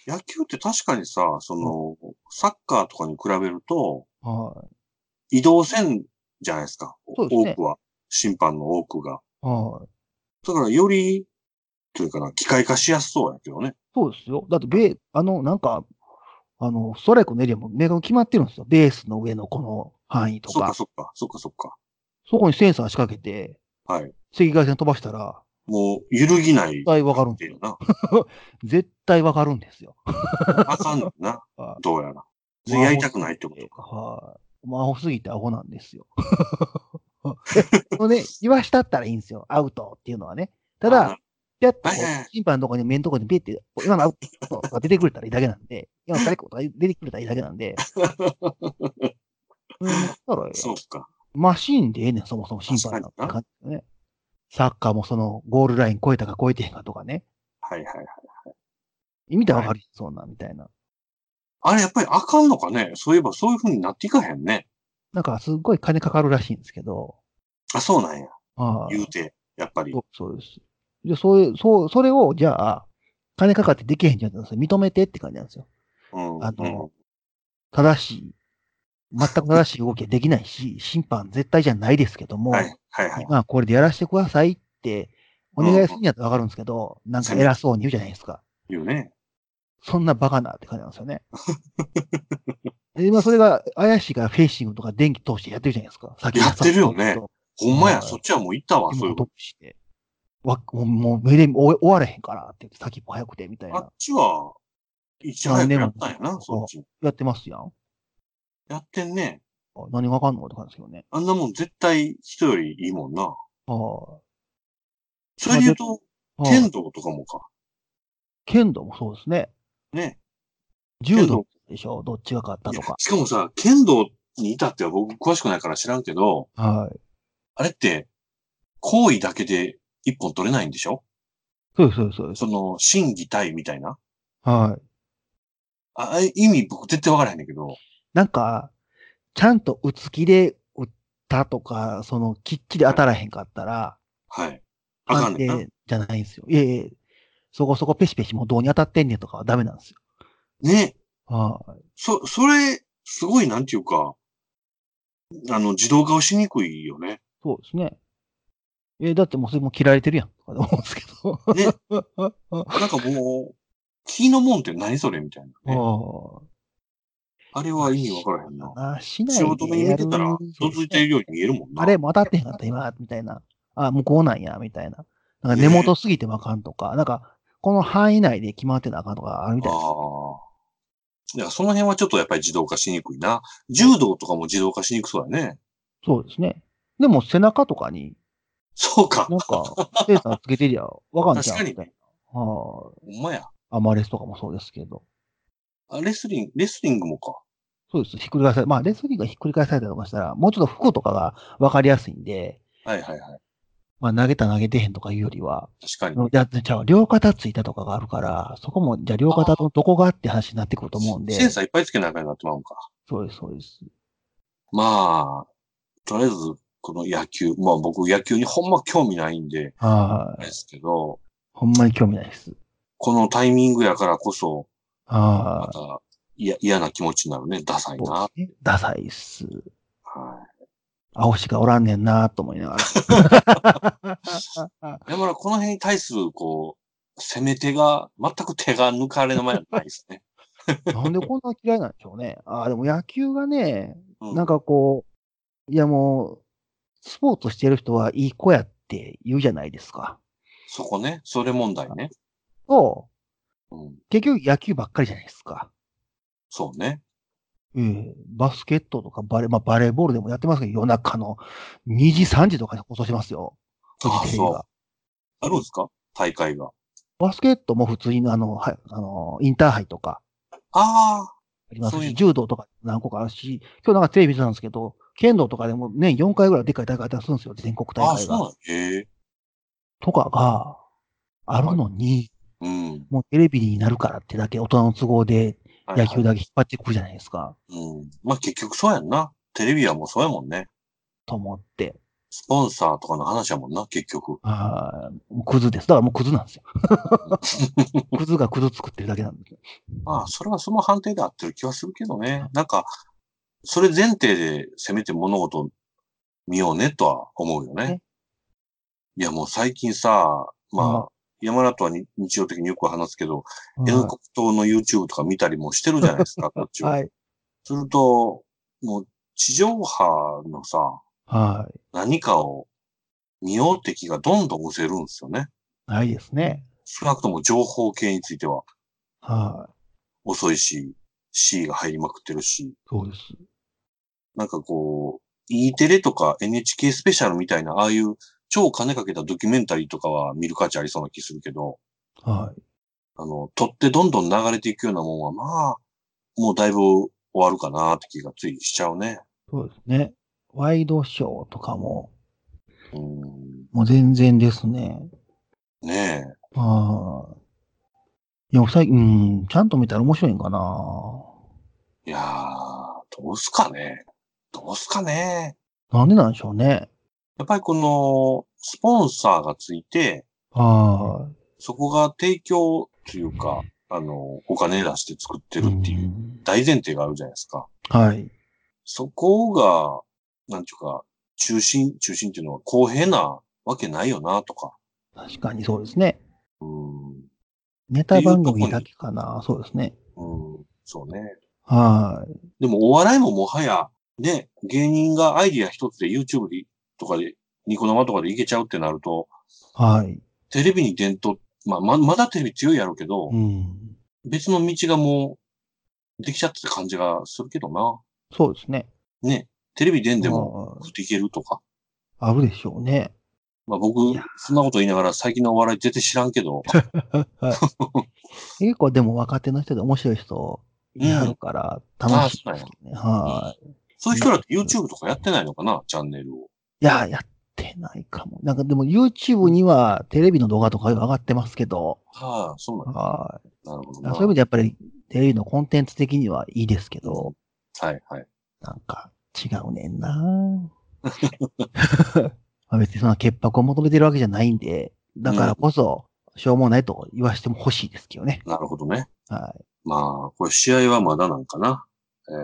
[SPEAKER 2] 野球って確かにさ、その、サッカーとかに比べると、
[SPEAKER 3] はい。
[SPEAKER 2] 移動せんじゃないですか。
[SPEAKER 3] そうですね
[SPEAKER 2] 多くは。審判の多くが。
[SPEAKER 3] はい。
[SPEAKER 2] だからより、というかな、機械化しやすそうやけどね。
[SPEAKER 3] そうですよ。だって、ベあの、なんか、あの、ストライクのエリアも明確に決まってるんですよ。ベースの上のこの範囲と
[SPEAKER 2] そっ
[SPEAKER 3] か。
[SPEAKER 2] か
[SPEAKER 3] そ
[SPEAKER 2] そっか、そっかそっか。
[SPEAKER 3] こにセンサー仕掛けて、
[SPEAKER 2] はい。
[SPEAKER 3] 赤外線飛ばしたら、
[SPEAKER 2] もう、揺るぎない。
[SPEAKER 3] 絶対わかるんです
[SPEAKER 2] よ
[SPEAKER 3] よ。
[SPEAKER 2] な。
[SPEAKER 3] 絶対わかるんですよ。
[SPEAKER 2] あかんねんな
[SPEAKER 3] [laughs] は。
[SPEAKER 2] どうやら。やりたくないってことか。
[SPEAKER 3] はい。もうアホすぎてアホなんです [laughs] よ。もうね、言わしたったらいいんですよ。アウトっていうのはね。ただ、ピャッとこ、
[SPEAKER 2] はいはいはいう
[SPEAKER 3] 審判のとこに、目のとこにピッて、今のアウトが出てくれたらいいだけなんで、今のストライクとか出てくれたらいいだけな
[SPEAKER 2] [laughs]
[SPEAKER 3] んで。うんだから
[SPEAKER 2] あ、そうか。
[SPEAKER 3] マシーンでええねん、そもそも審判なんて
[SPEAKER 2] 確か
[SPEAKER 3] 感じだね。サッカーもそのゴールライン超えたか超えてへんかとかね。
[SPEAKER 2] はいはいはい。
[SPEAKER 3] 意味でわかるよ、そんなんみたいな。
[SPEAKER 2] あれ、やっぱりあかんのかね。そういえばそういう風になっていかへんね。
[SPEAKER 3] なんかすっごい金かかるらしいんですけど。
[SPEAKER 2] あ、そうなんや。
[SPEAKER 3] ああ、
[SPEAKER 2] 言うて、やっぱり
[SPEAKER 3] そ。うそうです。で、そういう、そう、それを、じゃあ、金かかってできへんじゃん。それ認めてって感じなんですよ。
[SPEAKER 2] うん。
[SPEAKER 3] あ
[SPEAKER 2] うん
[SPEAKER 3] の、正しい、全く正しい動きはできな
[SPEAKER 2] [laughs]
[SPEAKER 3] いし、審判絶対じゃないですけども、
[SPEAKER 2] はい、はい、はい。
[SPEAKER 3] 今はこれでやらせてくださいって、お願いするんやったらわかるんですけど、なんか偉そうに言うじゃないですか。
[SPEAKER 2] 言うね。
[SPEAKER 3] そんなバカなって感じなんですよね。
[SPEAKER 2] [laughs]
[SPEAKER 3] で今それが怪しいからフェイシングとか電気通してやってるじゃないですか。先
[SPEAKER 2] やってるよね
[SPEAKER 3] 先ほ
[SPEAKER 2] ほんまや、
[SPEAKER 3] はい
[SPEAKER 2] そっちはもう行ったわ、
[SPEAKER 3] ど
[SPEAKER 2] そうい
[SPEAKER 3] 今
[SPEAKER 2] うこ
[SPEAKER 3] 通して。わもうもう目で追え追われへんからって言って、先っぽ早くてみたい
[SPEAKER 2] と。あ
[SPEAKER 3] な
[SPEAKER 2] っ。ちは、いち早くやったんやな、そっち。
[SPEAKER 3] やってますやん。
[SPEAKER 2] やってんね。
[SPEAKER 3] あ何がわかんのって感じですけどね。
[SPEAKER 2] あんなもん絶対人よりいいもんな。
[SPEAKER 3] は
[SPEAKER 2] それで言うと、
[SPEAKER 3] あ、
[SPEAKER 2] 剣道とかもか。
[SPEAKER 3] 剣道もそうですね。
[SPEAKER 2] ね。
[SPEAKER 3] 柔道でしょどっちが勝った
[SPEAKER 2] いや
[SPEAKER 3] とか。
[SPEAKER 2] しかもさ、剣道に至っては僕詳しくないから知らんけど、
[SPEAKER 3] はい。
[SPEAKER 2] あれって、行為だけで一本取れないんでしょ
[SPEAKER 3] そうです、そうです、そうです。
[SPEAKER 2] その、審議対みたいな。
[SPEAKER 3] はい。
[SPEAKER 2] あ、あれ意味僕絶対わからへんねんけど。
[SPEAKER 3] なんか、ちゃんと打つ気で打ったとか、その、きっちり当たらへんかったら、
[SPEAKER 2] はい。あか
[SPEAKER 3] 判
[SPEAKER 2] んねんな
[SPEAKER 3] 定。じゃないんですよ。いえいえ、そこそこペシペシもうどうに当たってんねんとかはダメなんですよ。
[SPEAKER 2] ね。
[SPEAKER 3] はい
[SPEAKER 2] そ、それ、すごい、なんていうか、あの、自動化をしにくいよね。
[SPEAKER 3] そうですね。え、だってもうそれも切られてるやんとか思うんですけど。
[SPEAKER 2] ね
[SPEAKER 3] あ
[SPEAKER 2] なんかもう、木のもんって何それみたい
[SPEAKER 3] [laughs]
[SPEAKER 2] な、ね。
[SPEAKER 3] あ。
[SPEAKER 2] あれは意味わからへんな。
[SPEAKER 3] あ、しない
[SPEAKER 2] 仕事目に見てたら、どついて
[SPEAKER 3] る。
[SPEAKER 2] るように見えるもんな。
[SPEAKER 3] あれも当たってへんかった、今、みたいな。あ、向こうなんや、みたいな。なんか根元すぎてわかんとか、なんか、この範囲内で決まってなあかんとかあるみたい
[SPEAKER 2] あ
[SPEAKER 3] ですよ。
[SPEAKER 2] あ。いや、その辺はちょっとやっぱり自動化しにくいな。柔道とかも自動化しにくそうだね。
[SPEAKER 3] そうですね。でも背中とかに、
[SPEAKER 2] そうか。
[SPEAKER 3] なん
[SPEAKER 2] [laughs]
[SPEAKER 3] か、センサーつけてりゃわかんちゃうみ
[SPEAKER 2] 確か
[SPEAKER 3] たいな。は
[SPEAKER 2] ほんまや。
[SPEAKER 3] あ、アマレスとかもそうですけど。
[SPEAKER 2] あレスリング、レスリングもか。
[SPEAKER 3] そうです。ひっくり返され、まあ、レスリングがひっくり返されたりとかしたら、もうちょっと服とかがわかりやすいんで、
[SPEAKER 2] はいはいはい。
[SPEAKER 3] まあ、投げた投げてへんとかいうよりは、
[SPEAKER 2] 確かに。
[SPEAKER 3] いや、じゃあ、両肩ついたとかがあるから、そこも、じゃあ、両肩のどこがって話になってくると思うんで。
[SPEAKER 2] センサーいっぱいつけなあかんようになってまうんか。
[SPEAKER 3] そうです、そうです。
[SPEAKER 2] まあ、とりあえず、この野球、まあ僕野球にほんま興味ないんで、
[SPEAKER 3] は
[SPEAKER 2] あ
[SPEAKER 3] い
[SPEAKER 2] れ。ですけど、
[SPEAKER 3] ほんまに興味ないです。
[SPEAKER 2] このタイミングやからこそ、ま
[SPEAKER 3] は
[SPEAKER 2] た、いや嫌な気持ちになるね。ダサい
[SPEAKER 3] い。
[SPEAKER 2] な。
[SPEAKER 3] そうですねダサいっす。
[SPEAKER 2] は
[SPEAKER 3] 青しかおらんねんなと思いながら。
[SPEAKER 2] い。だからこの辺に対する、こう、攻め手が、全く手が抜かれの前はない
[SPEAKER 3] [laughs]
[SPEAKER 2] ですね。
[SPEAKER 3] なんでこんな嫌いなんでしょうね。ああ、でも野球がね、
[SPEAKER 2] うん
[SPEAKER 3] なんかこう、いやもう、スポーツしてる人はいい子やって言うじゃないですか。
[SPEAKER 2] そこね。それ問題ね。
[SPEAKER 3] と、
[SPEAKER 2] うん。
[SPEAKER 3] 結局野球ばっかりじゃないですか。
[SPEAKER 2] そうね。
[SPEAKER 3] ええバスケットとかバレ、まあ、バレーボールでもやってますけど、夜中の2時、3時とかに放送しますよ。フジ
[SPEAKER 2] ああ、
[SPEAKER 3] テレビ
[SPEAKER 2] そう
[SPEAKER 3] が。。
[SPEAKER 2] あるんですか大会が。
[SPEAKER 3] バスケットも普通にあの、はい、あの、インターハイとか
[SPEAKER 2] ああ、
[SPEAKER 3] あります
[SPEAKER 2] そういう
[SPEAKER 3] し、
[SPEAKER 2] の
[SPEAKER 3] 柔道とか何個かあるし、今日なんかテレビ見てたんですけど、剣道とかでも年4回ぐらいでっかい大会出するんですよ、全国
[SPEAKER 2] あ
[SPEAKER 3] 大
[SPEAKER 2] あ、
[SPEAKER 3] 会
[SPEAKER 2] そうな
[SPEAKER 3] が。
[SPEAKER 2] んへえ。
[SPEAKER 3] とかがあるのに、
[SPEAKER 2] うん。
[SPEAKER 3] もうテレビになるからってだけ大人の都合で
[SPEAKER 2] はいはい
[SPEAKER 3] 野球だけ引っ張ってくるじゃないですか、
[SPEAKER 2] うん。まあ結局そうやんな。テレビはもうそうやもんね。
[SPEAKER 3] と思って。
[SPEAKER 2] スポンサーとかの話やもんな、結局。
[SPEAKER 3] ああ、もうクズです。だからもうクズなんで
[SPEAKER 2] [laughs]
[SPEAKER 3] すよ。クズがクズ作ってるだけなんですよ。
[SPEAKER 2] まあ、それはその判定で合ってる気はするけどね。なんか、それ前提でせめて物事を見ようねとは思うよね
[SPEAKER 3] ね。
[SPEAKER 2] いや、もう最近さ、
[SPEAKER 3] うん
[SPEAKER 2] まあ、山田とはに日常的によく話すけど、
[SPEAKER 3] うん
[SPEAKER 2] N 国党の YouTube とか見たりもしてるじゃないで
[SPEAKER 3] [laughs]
[SPEAKER 2] すか、こっちは。
[SPEAKER 3] はい。
[SPEAKER 2] すると、もう地上波のさ、
[SPEAKER 3] はい。
[SPEAKER 2] 何かを見ようって気がどんどん失せるんですよね。
[SPEAKER 3] ないですね。
[SPEAKER 2] 少なくとも情報系については
[SPEAKER 3] はい。
[SPEAKER 2] 遅いし、C が入りまくってるし、
[SPEAKER 3] そうです。
[SPEAKER 2] なんかこう、E テレとか NHK スペシャルみたいな、ああいう超金かけたドキュメンタリーとかは見る価値ありそうな気するけど、
[SPEAKER 3] はい。
[SPEAKER 2] あの、撮ってどんどん流れていくようなもんは、まあ、もうだいぶ終わるかなって気がついしちゃうね。
[SPEAKER 3] そうですね。ワイドショーとかも、
[SPEAKER 2] うん、
[SPEAKER 3] もう全然ですね。
[SPEAKER 2] ねえ。
[SPEAKER 3] ああ。いや、最近、うん、ちゃんと見たら面白いんかな。
[SPEAKER 2] いやー、どうすかね。どうすかね。
[SPEAKER 3] なんでなんでしょうね。
[SPEAKER 2] やっぱりこの、スポンサーがついて、
[SPEAKER 3] は
[SPEAKER 2] そこが提供というか、あの、お金出して作って
[SPEAKER 3] い。
[SPEAKER 2] るっていう
[SPEAKER 3] うん
[SPEAKER 2] 大前提があるじゃないですか。
[SPEAKER 3] はい。
[SPEAKER 2] そこが、なんていうか、中心、中心っていうのは公平なわけないよな、とか。
[SPEAKER 3] 確かにそうですね。
[SPEAKER 2] うん。
[SPEAKER 3] ネタ番組だけかな。そうですね。
[SPEAKER 2] うん。そうね。
[SPEAKER 3] はい。
[SPEAKER 2] でもお笑いももはや、ね、芸人がアイディア一つで YouTube でとかで、ニコ生とかでいけちゃうってなると、
[SPEAKER 3] はい。
[SPEAKER 2] テレビに伝統、まあ、ま、まだテレビ強いやろうけど
[SPEAKER 3] う、ん。
[SPEAKER 2] 別の道がもう、できちゃってた感じがするけどな。
[SPEAKER 3] そうですね。
[SPEAKER 2] ね、テレビ出んでも、
[SPEAKER 3] はい
[SPEAKER 2] 食っていけるとか。
[SPEAKER 3] あるでしょうね。
[SPEAKER 2] まあ僕
[SPEAKER 3] いや、
[SPEAKER 2] そんなこと言いながら最近のお笑い全然知らんけ
[SPEAKER 3] [laughs]
[SPEAKER 2] ど、 [laughs]
[SPEAKER 3] はい結構でも若手の人で面白い人いはるから楽しいですけどね。はい。
[SPEAKER 2] そういう人らって YouTube とかやってないのかな、チャンネルを。
[SPEAKER 3] いや、やってないかも。なんかでも YouTube にはテレビの動画とかが上がってますけど、
[SPEAKER 2] はあ、そうなんだ。
[SPEAKER 3] は
[SPEAKER 2] なるほど
[SPEAKER 3] い。
[SPEAKER 2] な。
[SPEAKER 3] そういう意味でやっぱりテレビのコンテンツ的にはいいですけど、
[SPEAKER 2] はい、はい。
[SPEAKER 3] なんか違うねんな [laughs] まあ別にそんな潔白を求めてるわけじゃないんで、だからこそ、しょうもないと言わしても欲しいですけどね。
[SPEAKER 2] なるほどね。
[SPEAKER 3] は
[SPEAKER 2] まあ、これ試合はまだなんかな。えー、っ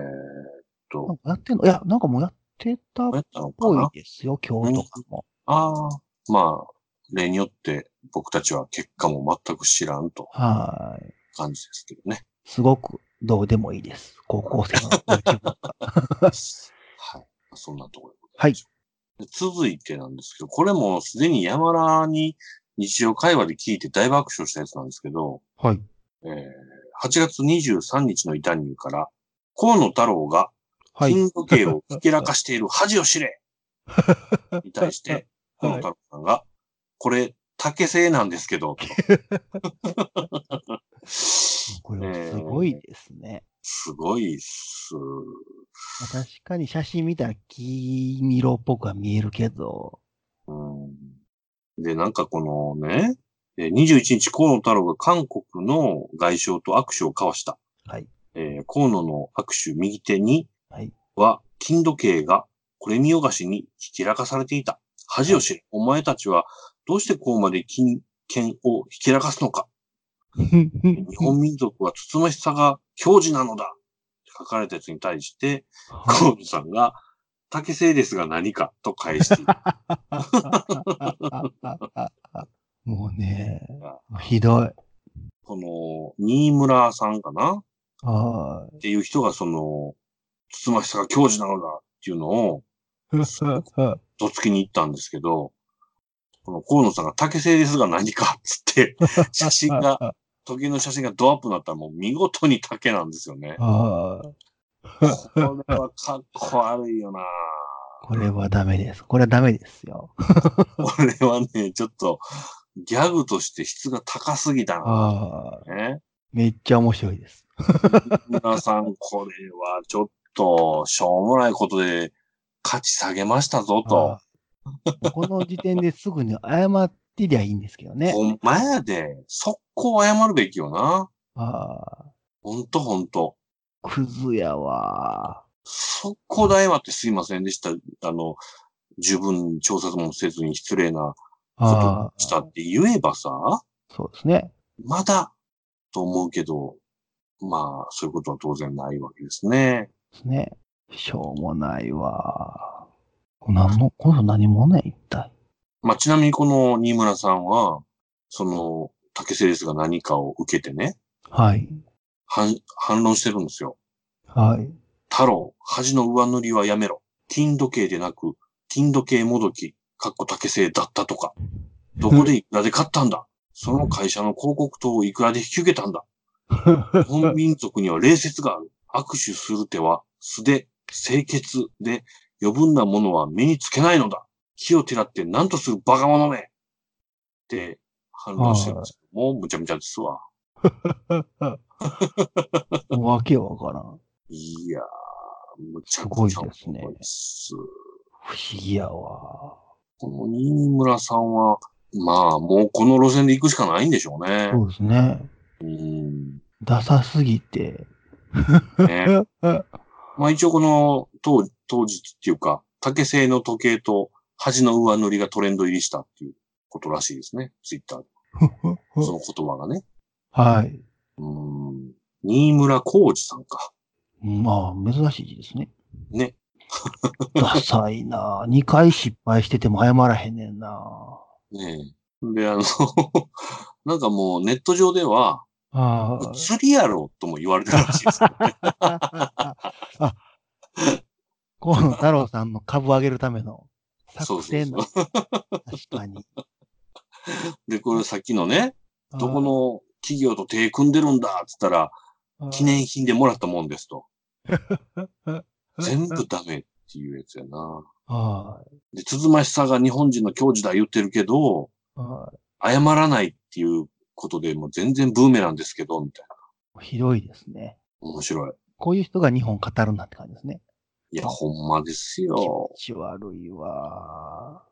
[SPEAKER 3] い。
[SPEAKER 2] と
[SPEAKER 3] なん、かやってんのいや、なんかもうやってたっ
[SPEAKER 2] やったのか
[SPEAKER 3] ぽい
[SPEAKER 2] な
[SPEAKER 3] ですよ、今日とかも。
[SPEAKER 2] ああ、まあ、例によって僕たちは結果も全く知らんと
[SPEAKER 3] はい。
[SPEAKER 2] 感じですけどね。
[SPEAKER 3] すごくどうでもいいです。高校生の野球部。
[SPEAKER 2] はい。そんなところでございましょう。で続いてなんですけど、これもすでに山田に日常会話で聞いて大爆笑したやつなんですけど、
[SPEAKER 3] [laughs] はい。
[SPEAKER 2] えー8月23日の痛入から、河野太郎が
[SPEAKER 3] はい。
[SPEAKER 2] 金時計をひけらかして
[SPEAKER 3] [laughs]
[SPEAKER 2] いる恥を知れに対して、河野
[SPEAKER 3] はい
[SPEAKER 2] 太郎さんが、これ、竹製なんですけど、
[SPEAKER 3] [laughs]
[SPEAKER 2] と。 [laughs]
[SPEAKER 3] これはすごいですね。
[SPEAKER 2] すごいっす。
[SPEAKER 3] まあ確かに写真見たら黄色っぽくは見えるけど、
[SPEAKER 2] うんで、なんかこのね、えー21日、河野太郎が韓国の外相と握手を交わした。
[SPEAKER 3] はい。 [laughs]
[SPEAKER 2] えー河野の握手右手に
[SPEAKER 3] はい。
[SPEAKER 2] は、金時計がこれ見よがしにひきらかされていた。恥を知れ。お前たちはどうしてこうまで金券をひきらかすのか。日本民族はつつましさが表示なのだ。って書かれたやつに対して、河野さんが、竹製ですが何かと返してい [laughs] る。
[SPEAKER 3] もうね
[SPEAKER 2] あ、
[SPEAKER 3] ひどい。
[SPEAKER 2] この、新村さんかな
[SPEAKER 3] は
[SPEAKER 2] っていう人がその、つつましさが教授なのだっていうのを、
[SPEAKER 3] い。
[SPEAKER 2] どつきに行ったんですけど、この河野さんが竹製ですが何かっつって、写真が、時計の写真がドアップになったらもう見事に竹なんですよね。
[SPEAKER 3] はい
[SPEAKER 2] これはかっこ悪いよな
[SPEAKER 3] [laughs] これはダメです。これはダメですよ。
[SPEAKER 2] これはね、ちょっと、ギャグとして質が高すぎたな
[SPEAKER 3] ああ、
[SPEAKER 2] ね。
[SPEAKER 3] めっちゃ面白いです。
[SPEAKER 2] 皆さん、これはちょっと、しょうもないことで価値下げましたぞと。
[SPEAKER 3] ああこの時点ですぐに謝ってりゃいいんですけどね。
[SPEAKER 2] ほんまやで、速攻謝るべきよな。
[SPEAKER 3] ああ、
[SPEAKER 2] ほんとほんと。
[SPEAKER 3] クズやわ。
[SPEAKER 2] 速攻で謝ってすいませんでした。あの、十分調査もせずに失礼なこと
[SPEAKER 3] ああ
[SPEAKER 2] を、したって言えばさ、
[SPEAKER 3] そうですね。
[SPEAKER 2] まだと思うけど、まあ、そういうことは当然ないわけですね。
[SPEAKER 3] ですね。しょうもないわ。何の、この人何もね、一体。
[SPEAKER 2] まあ、ちなみにこの新村さんは、その、竹製ですが何かを受けてね、
[SPEAKER 3] はい。
[SPEAKER 2] 反反論してるんですよ。
[SPEAKER 3] はい。 [laughs]
[SPEAKER 2] 太郎、恥の上塗りはやめろ。金時計でなく、金時計もどき、かっこ竹製だったとか。どこでいくらで買ったんだその会社の広告塔をいくらで引き受けたんだ日本民族には礼節がある。握手する手は素で、清潔で、余分なものは目につけないのだ。火を照らって何とするバカ者めって反論してるんですけども、むちゃむちゃですわ。
[SPEAKER 3] わけわからん。
[SPEAKER 2] いやー、むちゃ
[SPEAKER 3] すご
[SPEAKER 2] く
[SPEAKER 3] い
[SPEAKER 2] ちゃ
[SPEAKER 3] ですね
[SPEAKER 2] 重いです
[SPEAKER 3] 不思議やわ。
[SPEAKER 2] この新村さんは、まあ、もうこの路線で行くしかないんでしょうね。
[SPEAKER 3] そうですね。
[SPEAKER 2] うん。
[SPEAKER 3] ダサすぎ [laughs] て。
[SPEAKER 2] [laughs] ね。まあ一応この当当日っていうか、竹製の時計と端の上塗りがトレンド入りしたっていうことらしいですね。ツイッタ [laughs] ーで。その言葉がね。
[SPEAKER 3] はい。
[SPEAKER 2] うん。新村浩二さんか。
[SPEAKER 3] まあ、珍しい字ですね。
[SPEAKER 2] ね。
[SPEAKER 3] [laughs] ダサいな。2回失敗してても謝らへんねんな。
[SPEAKER 2] ねえ。で、あの、 [laughs] なんかもうネット上では、
[SPEAKER 3] ああ。
[SPEAKER 2] 釣りやろとも言われてるらしい [laughs] です。
[SPEAKER 3] あ、 [laughs] 河野太郎さんの株を上げるための作戦の。確か [laughs] に。
[SPEAKER 2] で、これさっきのね、どこの企業と手組んでるんだっつったら、
[SPEAKER 3] の
[SPEAKER 2] 記念品でもらったもんですと。全
[SPEAKER 3] は
[SPEAKER 2] 部ダメっていうやつやな。
[SPEAKER 3] い。
[SPEAKER 2] で、つづましさが日本人の教授だ言ってるけど、
[SPEAKER 3] は
[SPEAKER 2] 謝らないっていうことでもう全然ブーメランですけど、みたいな。
[SPEAKER 3] い。ひどいですね。
[SPEAKER 2] 面白い。
[SPEAKER 3] こういう人が日本語るなって感じですね。
[SPEAKER 2] いや、ほんまです
[SPEAKER 3] 気
[SPEAKER 2] よ
[SPEAKER 3] 持。ち悪いわ。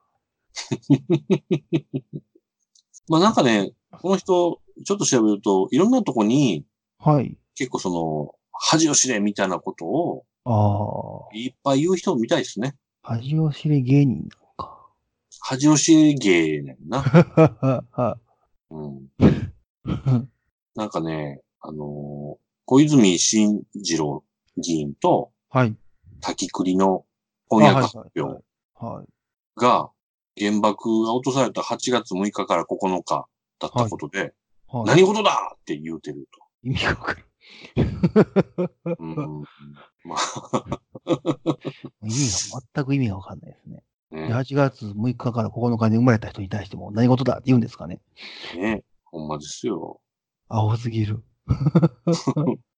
[SPEAKER 2] まあなんかね、この人、ちょっと調べると、いろんなとこに
[SPEAKER 3] はい。
[SPEAKER 2] 結構その、恥を知れみたいなことを
[SPEAKER 3] ああ。はい
[SPEAKER 2] っぱい言う人みたいですね。
[SPEAKER 3] 恥を知り芸 [laughs] 人
[SPEAKER 2] 恥を知り芸ねんな。
[SPEAKER 3] なのか。は [laughs]
[SPEAKER 2] うん。
[SPEAKER 3] は
[SPEAKER 2] なんかね、あのー小泉進次郎議員と
[SPEAKER 3] はい。
[SPEAKER 2] 滝栗の
[SPEAKER 3] あ
[SPEAKER 2] 婚
[SPEAKER 3] は
[SPEAKER 2] 約
[SPEAKER 3] いはい
[SPEAKER 2] 発
[SPEAKER 3] はい
[SPEAKER 2] 表
[SPEAKER 3] はい。
[SPEAKER 2] が、原爆が落とされた8月6日から9日だったことで、
[SPEAKER 3] はい。
[SPEAKER 2] 何事だって言うてる
[SPEAKER 3] 意味がわかる。
[SPEAKER 2] と。うんまあ、
[SPEAKER 3] 意味が、全く意味がわかんないですね。で
[SPEAKER 2] ね
[SPEAKER 3] 8月6日から9日に生まれた人に対しても何事だって言うんですかね。
[SPEAKER 2] ねほんまですよ。
[SPEAKER 3] 青す
[SPEAKER 2] [laughs]
[SPEAKER 3] ぎる。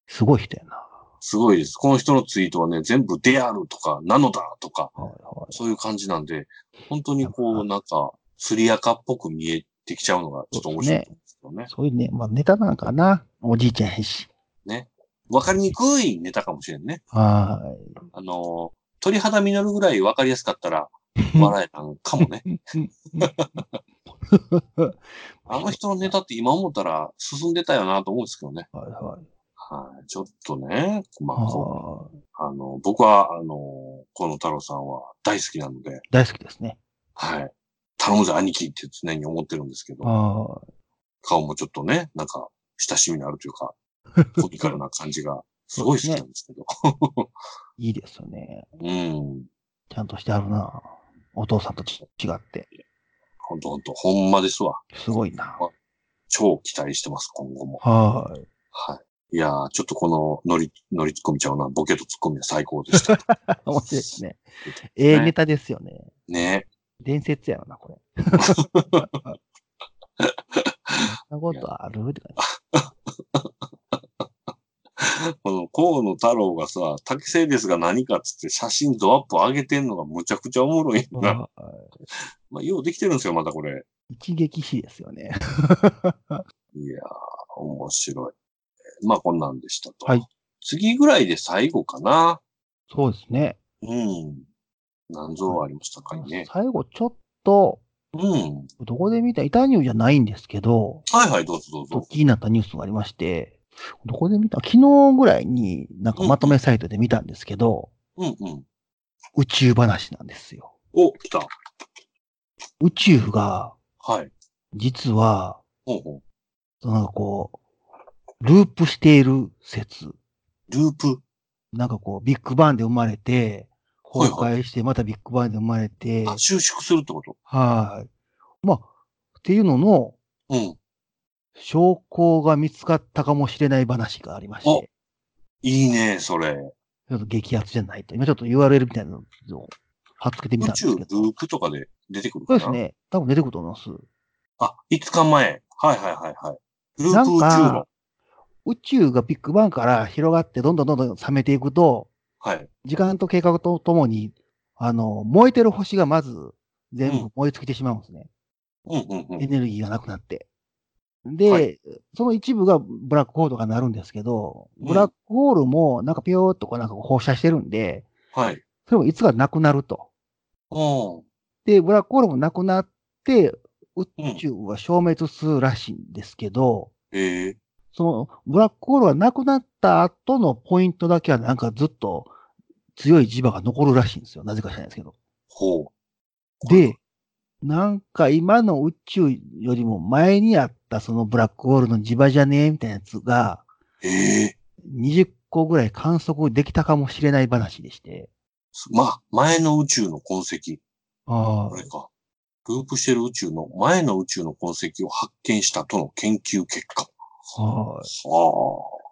[SPEAKER 3] すごい人やな。
[SPEAKER 2] すごいです。この人のツイートはね、全部であるとか、なのだとか、
[SPEAKER 3] はいはい。
[SPEAKER 2] そういう感じなんで、本当にこう、なんか、すりやかっぽく見えてきちゃうのが、ちょっと面白いんですよね。
[SPEAKER 3] そういうね、まあネタなんかな。おじいちゃんやし。
[SPEAKER 2] わ、かりにくいネタかもしれんね。
[SPEAKER 3] は
[SPEAKER 2] あのー、鳥肌実るぐらいわかりやすかったら、
[SPEAKER 3] ーい。
[SPEAKER 2] 笑えたんかも [laughs] ね。あの人のネタって今思ったら進んでたよなと思うんですけどね。
[SPEAKER 3] はいはい。
[SPEAKER 2] はい。ちょっとね、まあ、こ
[SPEAKER 3] はいう
[SPEAKER 2] あの、僕は、あの、河野太郎さんは大好きなので、
[SPEAKER 3] 大好きですね。
[SPEAKER 2] はい。頼むぜ、兄貴って常に思ってるんですけど、
[SPEAKER 3] は
[SPEAKER 2] 顔もちょっとね、なんか、親しみのあるというか、コミカルな感じ [laughs] が、すごい好きなんですけど。
[SPEAKER 3] い。いいですよね。
[SPEAKER 2] [laughs] うん。
[SPEAKER 3] ちゃんとしてあるな。お父さんとち違って。
[SPEAKER 2] ほんとほんと、ほんまですわ。
[SPEAKER 3] すごいな。
[SPEAKER 2] 超期待してます、今後も。
[SPEAKER 3] はい。
[SPEAKER 2] はい。いやー、ちょっとこの、乗り、乗りツッコミちゃうな、ボケとツッコミは最高で [laughs] した。
[SPEAKER 3] 面白いですね。ええネタですよね。
[SPEAKER 2] ね
[SPEAKER 3] 伝説やろな、これ。そんなことあるって感
[SPEAKER 2] この河野太郎がさ、竹製ですが何かっつって写真ドアップ上げてんのがむちゃくちゃおもろい
[SPEAKER 3] じ。
[SPEAKER 2] な。
[SPEAKER 3] はい
[SPEAKER 2] まあ、ようできてるんですよ、またこれ。
[SPEAKER 3] 一撃死ですよね。
[SPEAKER 2] いやー、面白い。えーまあ、こんなんでしたと。
[SPEAKER 3] はい
[SPEAKER 2] 次ぐらいで最後かな。
[SPEAKER 3] そうですね。
[SPEAKER 2] うん。何ぞはありましたかいね。
[SPEAKER 3] 最後、ちょっと、
[SPEAKER 2] うん。
[SPEAKER 3] どこで見た、痛いニューじゃないんですけど、
[SPEAKER 2] はいはい、どうぞどう
[SPEAKER 3] ちょっ
[SPEAKER 2] ぞ
[SPEAKER 3] と。気になったニュースがありまして、どこで見た昨日ぐらいになんかまとめサイトで見たんですけど、
[SPEAKER 2] うんうん。
[SPEAKER 3] 宇宙話なんですよ。
[SPEAKER 2] お、来た。
[SPEAKER 3] 宇宙が、
[SPEAKER 2] はい。
[SPEAKER 3] 実は、
[SPEAKER 2] ほうほう。
[SPEAKER 3] なんかこう、ループしている説。
[SPEAKER 2] ループ。
[SPEAKER 3] なんかこう、ビッグバンで生まれて、
[SPEAKER 2] はい
[SPEAKER 3] 崩
[SPEAKER 2] はい
[SPEAKER 3] 壊して、またビッグバンで生まれて、
[SPEAKER 2] あ、収縮するってこと
[SPEAKER 3] はい。まあ、っていうのの、
[SPEAKER 2] うん。
[SPEAKER 3] 証拠が見つかったかもしれない話がありまして。
[SPEAKER 2] いいね、それ。
[SPEAKER 3] ちょっと激アツじゃないと。今ちょっと URL みたいなのを貼っつけてみ
[SPEAKER 2] 宇
[SPEAKER 3] たんです
[SPEAKER 2] 宙、
[SPEAKER 3] け
[SPEAKER 2] ル
[SPEAKER 3] ど。
[SPEAKER 2] ープとかで出てくる
[SPEAKER 3] そ
[SPEAKER 2] か
[SPEAKER 3] う
[SPEAKER 2] な
[SPEAKER 3] ですね。多分出てくると思います。
[SPEAKER 2] あ、5日前。はいはいはいはい。ルー
[SPEAKER 3] な
[SPEAKER 2] プ
[SPEAKER 3] ん
[SPEAKER 2] 宇宙
[SPEAKER 3] か
[SPEAKER 2] 論。、
[SPEAKER 3] 宇宙がビッグバンから広がってどんどんどんどん冷めていくと、
[SPEAKER 2] はい。
[SPEAKER 3] 時間と計画とともに、あの、燃えてる星がまず全部燃え尽きてしまうんですね。
[SPEAKER 2] うんうんう
[SPEAKER 3] エ
[SPEAKER 2] ん。
[SPEAKER 3] ネルギーがなくなって。で、
[SPEAKER 2] は
[SPEAKER 3] その一部がブラックホールとかになるんですけど、ブラックホールもなんかピヨーっとこうなんかこう放射してるんで、
[SPEAKER 2] はい。
[SPEAKER 3] それもいつかなくなると。
[SPEAKER 2] うん。
[SPEAKER 3] で、ブラックホールもなくなって、宇
[SPEAKER 2] うん
[SPEAKER 3] 宙は消滅するらしいんですけど、
[SPEAKER 2] ええ
[SPEAKER 3] そのブラックホールはなくなった後のポイントだけはなんかずっと強い磁場が残るらしいんですよ。なぜか知らないですけど。
[SPEAKER 2] ほう。
[SPEAKER 3] で、なんか今の宇宙よりも前にあったそのブラックホールの磁場じゃねえみたいなやつが
[SPEAKER 2] ええ
[SPEAKER 3] 20個ぐらい観測できたかもしれない話でして。
[SPEAKER 2] ま、前の宇宙の痕跡。
[SPEAKER 3] あ
[SPEAKER 2] こ
[SPEAKER 3] あ
[SPEAKER 2] れか。ループしてる宇宙の前の宇宙の痕跡を発見したとの研究結果。
[SPEAKER 3] は
[SPEAKER 2] ああ。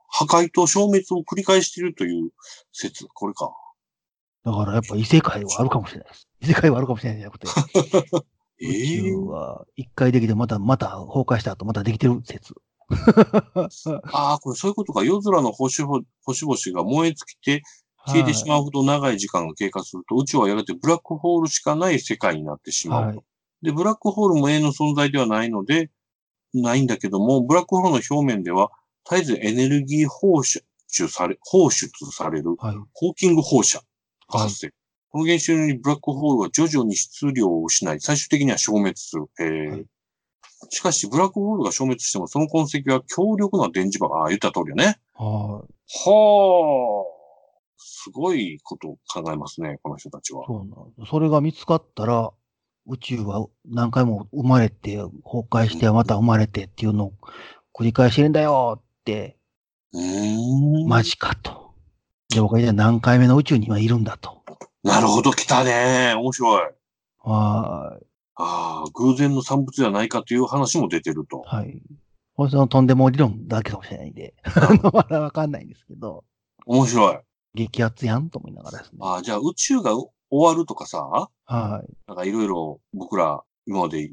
[SPEAKER 2] 破壊と消滅を繰り返しているという説。これか。
[SPEAKER 3] い。だからやっぱ異世界はあるかもしれない
[SPEAKER 2] [laughs]
[SPEAKER 3] です。異世界はあるかもしれないんじゃなくて。
[SPEAKER 2] え
[SPEAKER 3] 宇
[SPEAKER 2] え
[SPEAKER 3] 宙は一回できて、また、また崩壊した後、またできてる説。
[SPEAKER 2] ああ、これそういうことか。夜空の星々星々が燃え尽きて消えてしまうほど長い時間が経過すると、宇宙はやがてブラックホールしかない世界になってしまうと。
[SPEAKER 3] はい
[SPEAKER 2] で、ブラックホールも永遠の存在ではないので、ないんだけども、ブラックホールの表面では、絶えずエネルギー放出され、放出される、
[SPEAKER 3] はい。はい。
[SPEAKER 2] ホーキング放射が
[SPEAKER 3] はい
[SPEAKER 2] 発生。この現象によりブラックホールは徐々に質量を失い、最終的には消滅する。へー
[SPEAKER 3] はい
[SPEAKER 2] しかし、ブラックホールが消滅しても、その痕跡は強力な電磁場が、ああ、言った通りだね。は
[SPEAKER 3] は
[SPEAKER 2] すごいことを考えますね、この人たちは。
[SPEAKER 3] そうなんそれが見つかったら、宇宙は何回も生まれて、崩壊してはまた生まれてっていうのを繰り返してるんだよって、
[SPEAKER 2] うーん。
[SPEAKER 3] マジかと。で、僕はじゃあ何回目の宇宙に今いるんだと。
[SPEAKER 2] なるほど、来たね。面白い。
[SPEAKER 3] は
[SPEAKER 2] ああ、偶然の産物じゃないかという話も出てると
[SPEAKER 3] ー。い。はい。これそのとんでも理論だけかもしれないんで、 [laughs] あの、まだわかんないんですけど、
[SPEAKER 2] 面白い。
[SPEAKER 3] 激アツやんと思いながらですね。
[SPEAKER 2] ああ、じゃあ宇宙が終わるとかさ、
[SPEAKER 3] はい。
[SPEAKER 2] なんかいろいろ僕ら今まで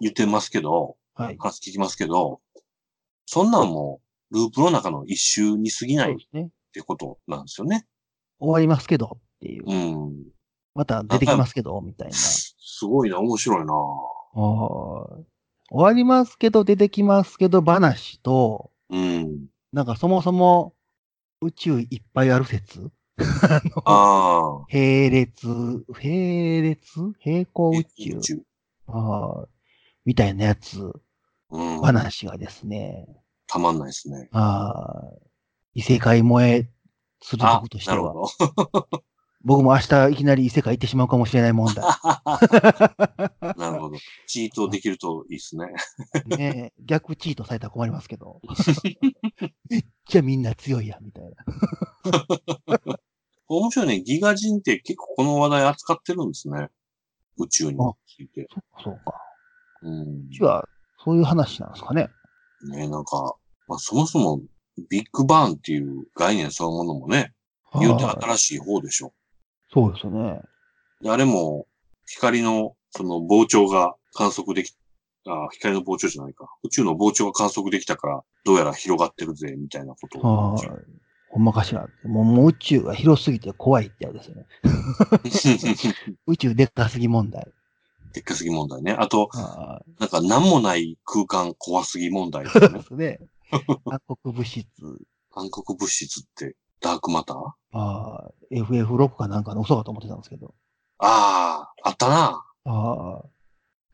[SPEAKER 2] 言ってますけど、
[SPEAKER 3] はい。
[SPEAKER 2] 話聞きますけど、そんなんもうループの中の一周に過ぎな
[SPEAKER 3] そ
[SPEAKER 2] いう
[SPEAKER 3] ですね。
[SPEAKER 2] ってことなんですよね。
[SPEAKER 3] 終わりますけどっていう。
[SPEAKER 2] うん。
[SPEAKER 3] また出てきますけど、みたいな。
[SPEAKER 2] すごいな、面白いな。
[SPEAKER 3] はい終わりますけど、出てきますけど、話と、
[SPEAKER 2] うん。
[SPEAKER 3] なんかそもそも宇宙いっぱいある説
[SPEAKER 2] ああ。
[SPEAKER 3] 並列、並列平行宇
[SPEAKER 2] え
[SPEAKER 3] 宙あーみたいなやつ、
[SPEAKER 2] うん。
[SPEAKER 3] 話がですね、
[SPEAKER 2] たまんないですね。
[SPEAKER 3] あー異世界萌えする
[SPEAKER 2] あ
[SPEAKER 3] 僕と、して
[SPEAKER 2] なる
[SPEAKER 3] は、
[SPEAKER 2] ほど。 [laughs]
[SPEAKER 3] 僕も明日いきなり異世界行ってしまうかもしれな
[SPEAKER 2] [laughs]
[SPEAKER 3] い問題。
[SPEAKER 2] なるほど。チートできるといいですね。
[SPEAKER 3] ねえ、逆チートされたら困ります
[SPEAKER 2] [laughs]
[SPEAKER 3] けど。じゃあみんな強いや、みたいな。
[SPEAKER 2] 面白いね。ギガ人って結構この話題扱ってるんですね。宇宙について。
[SPEAKER 3] そっか、そうか。
[SPEAKER 2] うん
[SPEAKER 3] う。ちは、そういう話なんですかね。
[SPEAKER 2] ね、なんか、まあ、そもそもビッグバンっていう概念そのものもね、言うて
[SPEAKER 3] はい
[SPEAKER 2] 新しい方でしょ。
[SPEAKER 3] そうですよね。
[SPEAKER 2] であれも光のその膨張が観測でき、あ光の膨張じゃないか。宇宙の膨張が観測できたから、どうやら広がってるぜ、みたいなことを。
[SPEAKER 3] はい。ほんまかしら。もうもう宇宙が広すぎて怖いってやつですよね。
[SPEAKER 2] [laughs]
[SPEAKER 3] 宇宙でっかすぎ問題。
[SPEAKER 2] でっかすぎ問題ね。あと、
[SPEAKER 3] は
[SPEAKER 2] なんか何もない空間怖すぎ問題と
[SPEAKER 3] い。
[SPEAKER 2] か
[SPEAKER 3] そう [laughs]
[SPEAKER 2] ね
[SPEAKER 3] で。す
[SPEAKER 2] [laughs]
[SPEAKER 3] ね。暗黒物質、
[SPEAKER 2] 暗黒物質ってダークマター
[SPEAKER 3] あー FF6 かなんかの嘘かと思ってたんですけど。
[SPEAKER 2] ああ、あったな。
[SPEAKER 3] ああ。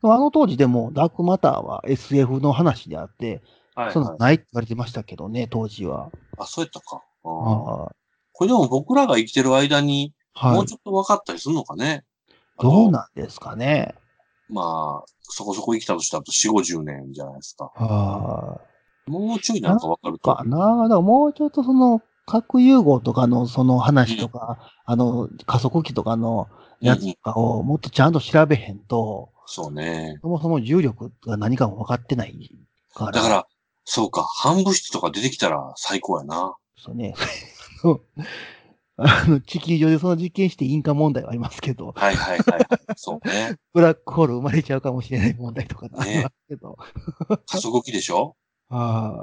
[SPEAKER 3] でもあの当時でもダークマターは SF の話であって、
[SPEAKER 2] は
[SPEAKER 3] そんなのないって言われてましたけどね、当時は。
[SPEAKER 2] あ、そうやったか。あ
[SPEAKER 3] あ
[SPEAKER 2] ー
[SPEAKER 3] あ
[SPEAKER 2] これでも僕らが生きてる間に、
[SPEAKER 3] は
[SPEAKER 2] も。
[SPEAKER 3] いう
[SPEAKER 2] ちょっと分かったりするのかね。あの
[SPEAKER 3] どうなんですかね。
[SPEAKER 2] まあ、そこそこ生きたとしたらあと4、50年じゃないですか。
[SPEAKER 3] ああ。
[SPEAKER 2] もうちょいなんか分かると。
[SPEAKER 3] かな。だからもうちょっとその、核融合とかのその話とか、あの、加速器とかのやつとかをもっとちゃんと調べへんと、
[SPEAKER 2] そうね。
[SPEAKER 3] そもそも重力が何かも分かってないから。
[SPEAKER 2] だから、そうか、反物質とか出てきたら最高やな。
[SPEAKER 3] そうね。あのあの、地球上でその実験して因果問題はありますけど、
[SPEAKER 2] はいはい
[SPEAKER 3] [laughs]
[SPEAKER 2] はいはい。そうね。
[SPEAKER 3] ブラックホール生まれちゃうかもしれない問題とかありますけど。
[SPEAKER 2] 加速器でしょ
[SPEAKER 3] あ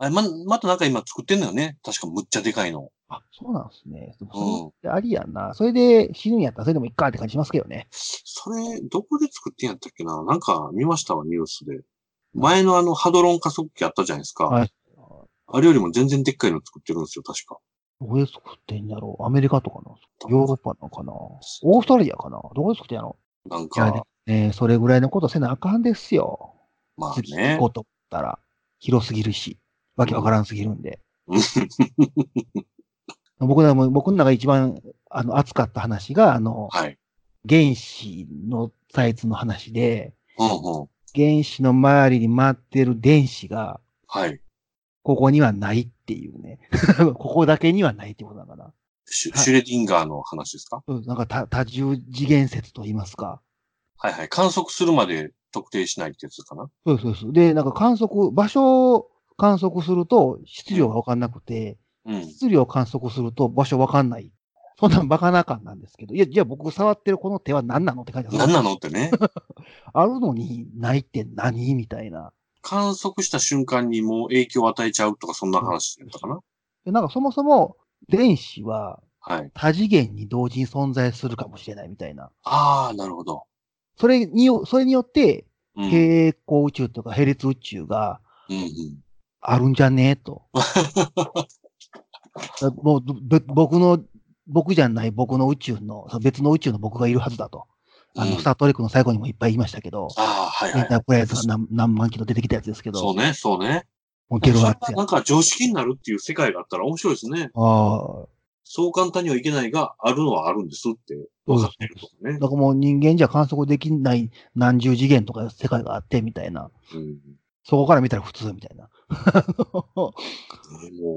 [SPEAKER 2] あれ、ま、またなんか今作ってんのよね。確かむっちゃでかいの。
[SPEAKER 3] あ、そうなんですね。で
[SPEAKER 2] う
[SPEAKER 3] も
[SPEAKER 2] ん
[SPEAKER 3] それってありやな。それで死ぬんやったらそれでもいっかって感じしますけどね。
[SPEAKER 2] それ、どこで作ってんやったっけななんか見ましたわ、ニュースで。前のあの、ハドロン加速器あったじゃないですか。
[SPEAKER 3] はい
[SPEAKER 2] あれよりも全然でっかいの作ってるんですよ、確か。
[SPEAKER 3] どこで作ってんやろうアメリカとかなんですかヨーロッパなのかなオーストラリアかなどこで作ってんやろ
[SPEAKER 2] なん
[SPEAKER 3] いやで
[SPEAKER 2] か
[SPEAKER 3] も、ねそれぐらいのことせなあかんですよ。
[SPEAKER 2] まあ
[SPEAKER 3] 次行
[SPEAKER 2] ね
[SPEAKER 3] こ。うと思ったら、広すぎるし、わけわからんすぎる
[SPEAKER 2] [laughs]
[SPEAKER 3] んで。
[SPEAKER 2] うん
[SPEAKER 3] 僕らも、僕の中で一番、あの、熱かった話が、あの、
[SPEAKER 2] はい。
[SPEAKER 3] 原子のサイズの話で、
[SPEAKER 2] うんうん。
[SPEAKER 3] 原子の周りに回ってる電子が、
[SPEAKER 2] はい。
[SPEAKER 3] ここにはないっていうね。 [laughs] ここだけにはないってことだから。
[SPEAKER 2] シュ
[SPEAKER 3] はい
[SPEAKER 2] シュレディンガーの話ですか
[SPEAKER 3] うん、なんか多多重次元説と言いますか。
[SPEAKER 2] はいはい。観測するまで特定しないってやつかな
[SPEAKER 3] そうですそうです。で、なんか観測、場所を観測すると質量がわかんなくて、
[SPEAKER 2] うん。
[SPEAKER 3] 質量を観測すると場所わかんない。そんなんバカな感なんですけど、いや、じゃあ僕触ってるこの手は何なのって感じ
[SPEAKER 2] 何な
[SPEAKER 3] の
[SPEAKER 2] のってね。 [laughs]
[SPEAKER 3] あるのにないって何みたいな。
[SPEAKER 2] 観測した瞬間にもう影響を与えちゃうとか、そんな話だったかな
[SPEAKER 3] でなんかそもそも電子は
[SPEAKER 2] はい。
[SPEAKER 3] 多次元に同時に存在するかもしれないみたいな。
[SPEAKER 2] ああ、なるほど。
[SPEAKER 3] それによ、それによって、
[SPEAKER 2] うん。うん
[SPEAKER 3] 平行宇宙とか並列宇宙が
[SPEAKER 2] うん。
[SPEAKER 3] あるんじゃねえと。だもうぶ僕の、僕じゃない僕の宇宙の、その別の宇宙の僕がいるはずだと。あの、
[SPEAKER 2] うん
[SPEAKER 3] スタートレックの最後にもいっぱい言いましたけど、
[SPEAKER 2] ああ、はい
[SPEAKER 3] エ
[SPEAKER 2] は
[SPEAKER 3] ンタ
[SPEAKER 2] い。
[SPEAKER 3] ープライズが何何万キロ出てきたやつですけ
[SPEAKER 2] そう
[SPEAKER 3] ど、
[SPEAKER 2] ね、そうね。
[SPEAKER 3] モテるわって
[SPEAKER 2] なんか常識になるっていう世界があったら面白いですね。
[SPEAKER 3] ああ、
[SPEAKER 2] そう簡単にはいけないが、あるのはあるんですって分かってるとかね
[SPEAKER 3] だ。からもう人間じゃ観測できない何十次元とか世界があってみたいな。
[SPEAKER 2] うん
[SPEAKER 3] そこから見たら普通みたいな。 [laughs]
[SPEAKER 2] も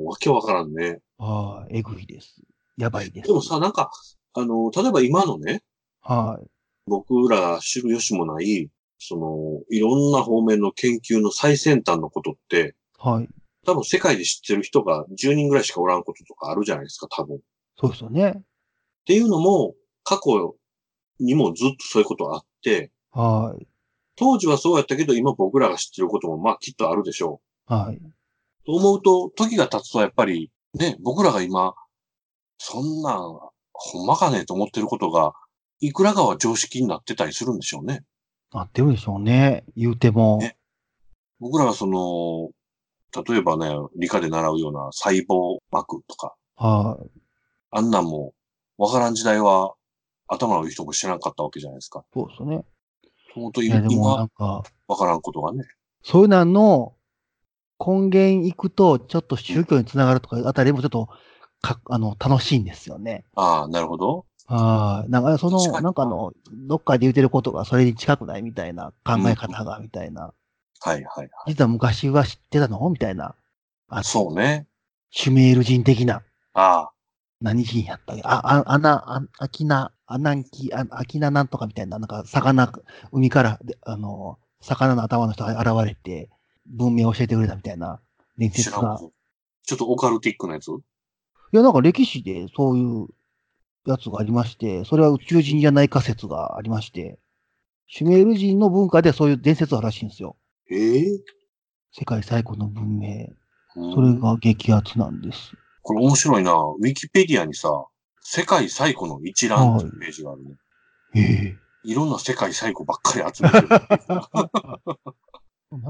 [SPEAKER 2] うわけわからんね。
[SPEAKER 3] はい、えぐいです。やばいです。
[SPEAKER 2] でもさ、なんか、あの、例えば今のね、
[SPEAKER 3] はい。
[SPEAKER 2] 僕ら知る由もない、その、いろんな方面の研究の最先端のことって、
[SPEAKER 3] はい。
[SPEAKER 2] 多分世界で知ってる人が10人ぐらいしかおらんこととかあるじゃないですか、多分。っ
[SPEAKER 3] そうですよね。
[SPEAKER 2] ていうのも、過去にもずっとそういうことあって、
[SPEAKER 3] はい。
[SPEAKER 2] 当時はそうやったけど、今僕らが知ってることも、まあきっとあるでしょう。
[SPEAKER 3] はい。
[SPEAKER 2] と思うと、時が経つとやっぱり、ね、僕らが今、そんなん、ほんまかねと思ってることが、いくらかは常識になってたりするんでしょうね。
[SPEAKER 3] なってるでしょうね。言うても。
[SPEAKER 2] ね僕らはその、例えばね、理科で習うような細胞膜とか、
[SPEAKER 3] はい。
[SPEAKER 2] あんなんも、わからん時代は、頭のいい人も知らなかったわけじゃないですか。
[SPEAKER 3] そうですよね。
[SPEAKER 2] 本当
[SPEAKER 3] い
[SPEAKER 2] に
[SPEAKER 3] や、でもな
[SPEAKER 2] 今、
[SPEAKER 3] んか、
[SPEAKER 2] わからんことがね。
[SPEAKER 3] そういうのの根源行くと、ちょっと宗教につながるとかあたりもちょっと、か、あの、楽しいんですよね。
[SPEAKER 2] ああ、なるほど。
[SPEAKER 3] はい。なんか、そ
[SPEAKER 2] 確か
[SPEAKER 3] の、
[SPEAKER 2] に
[SPEAKER 3] なんかあの、どっかで言ってることがそれに近くないみたいな考え方が、みたいな。
[SPEAKER 2] はいはいはい。
[SPEAKER 3] 実は昔は知ってたのみたいな。あ
[SPEAKER 2] そうね。
[SPEAKER 3] シュメール人的な。
[SPEAKER 2] ああ、
[SPEAKER 3] 何人やったっけあ、あ、アナ、あアキナ、アナンキ、あアキナなんとかみたいな、なんか、魚、海からで、あの、魚の頭の人が現れて、文明を教えてくれたみたいな伝
[SPEAKER 2] 知
[SPEAKER 3] 説
[SPEAKER 2] らんこ
[SPEAKER 3] が。
[SPEAKER 2] と。ちょっとオカルティックなやつ
[SPEAKER 3] いや、なんか歴史でそういうやつがありまして、それは宇宙人じゃない仮説がありまして、シュメール人の文化でそういう伝説があるらしいんですよ。
[SPEAKER 2] ええ
[SPEAKER 3] 世界最古の文明。
[SPEAKER 2] うん
[SPEAKER 3] それが激アツなんです。
[SPEAKER 2] これ面白いな。ウィキペディアにさ、世界最古の一覧っていうページがあるね。
[SPEAKER 3] ええ
[SPEAKER 2] いろんな世界最古ばっかり集め
[SPEAKER 3] [laughs]
[SPEAKER 2] てる。
[SPEAKER 3] 何や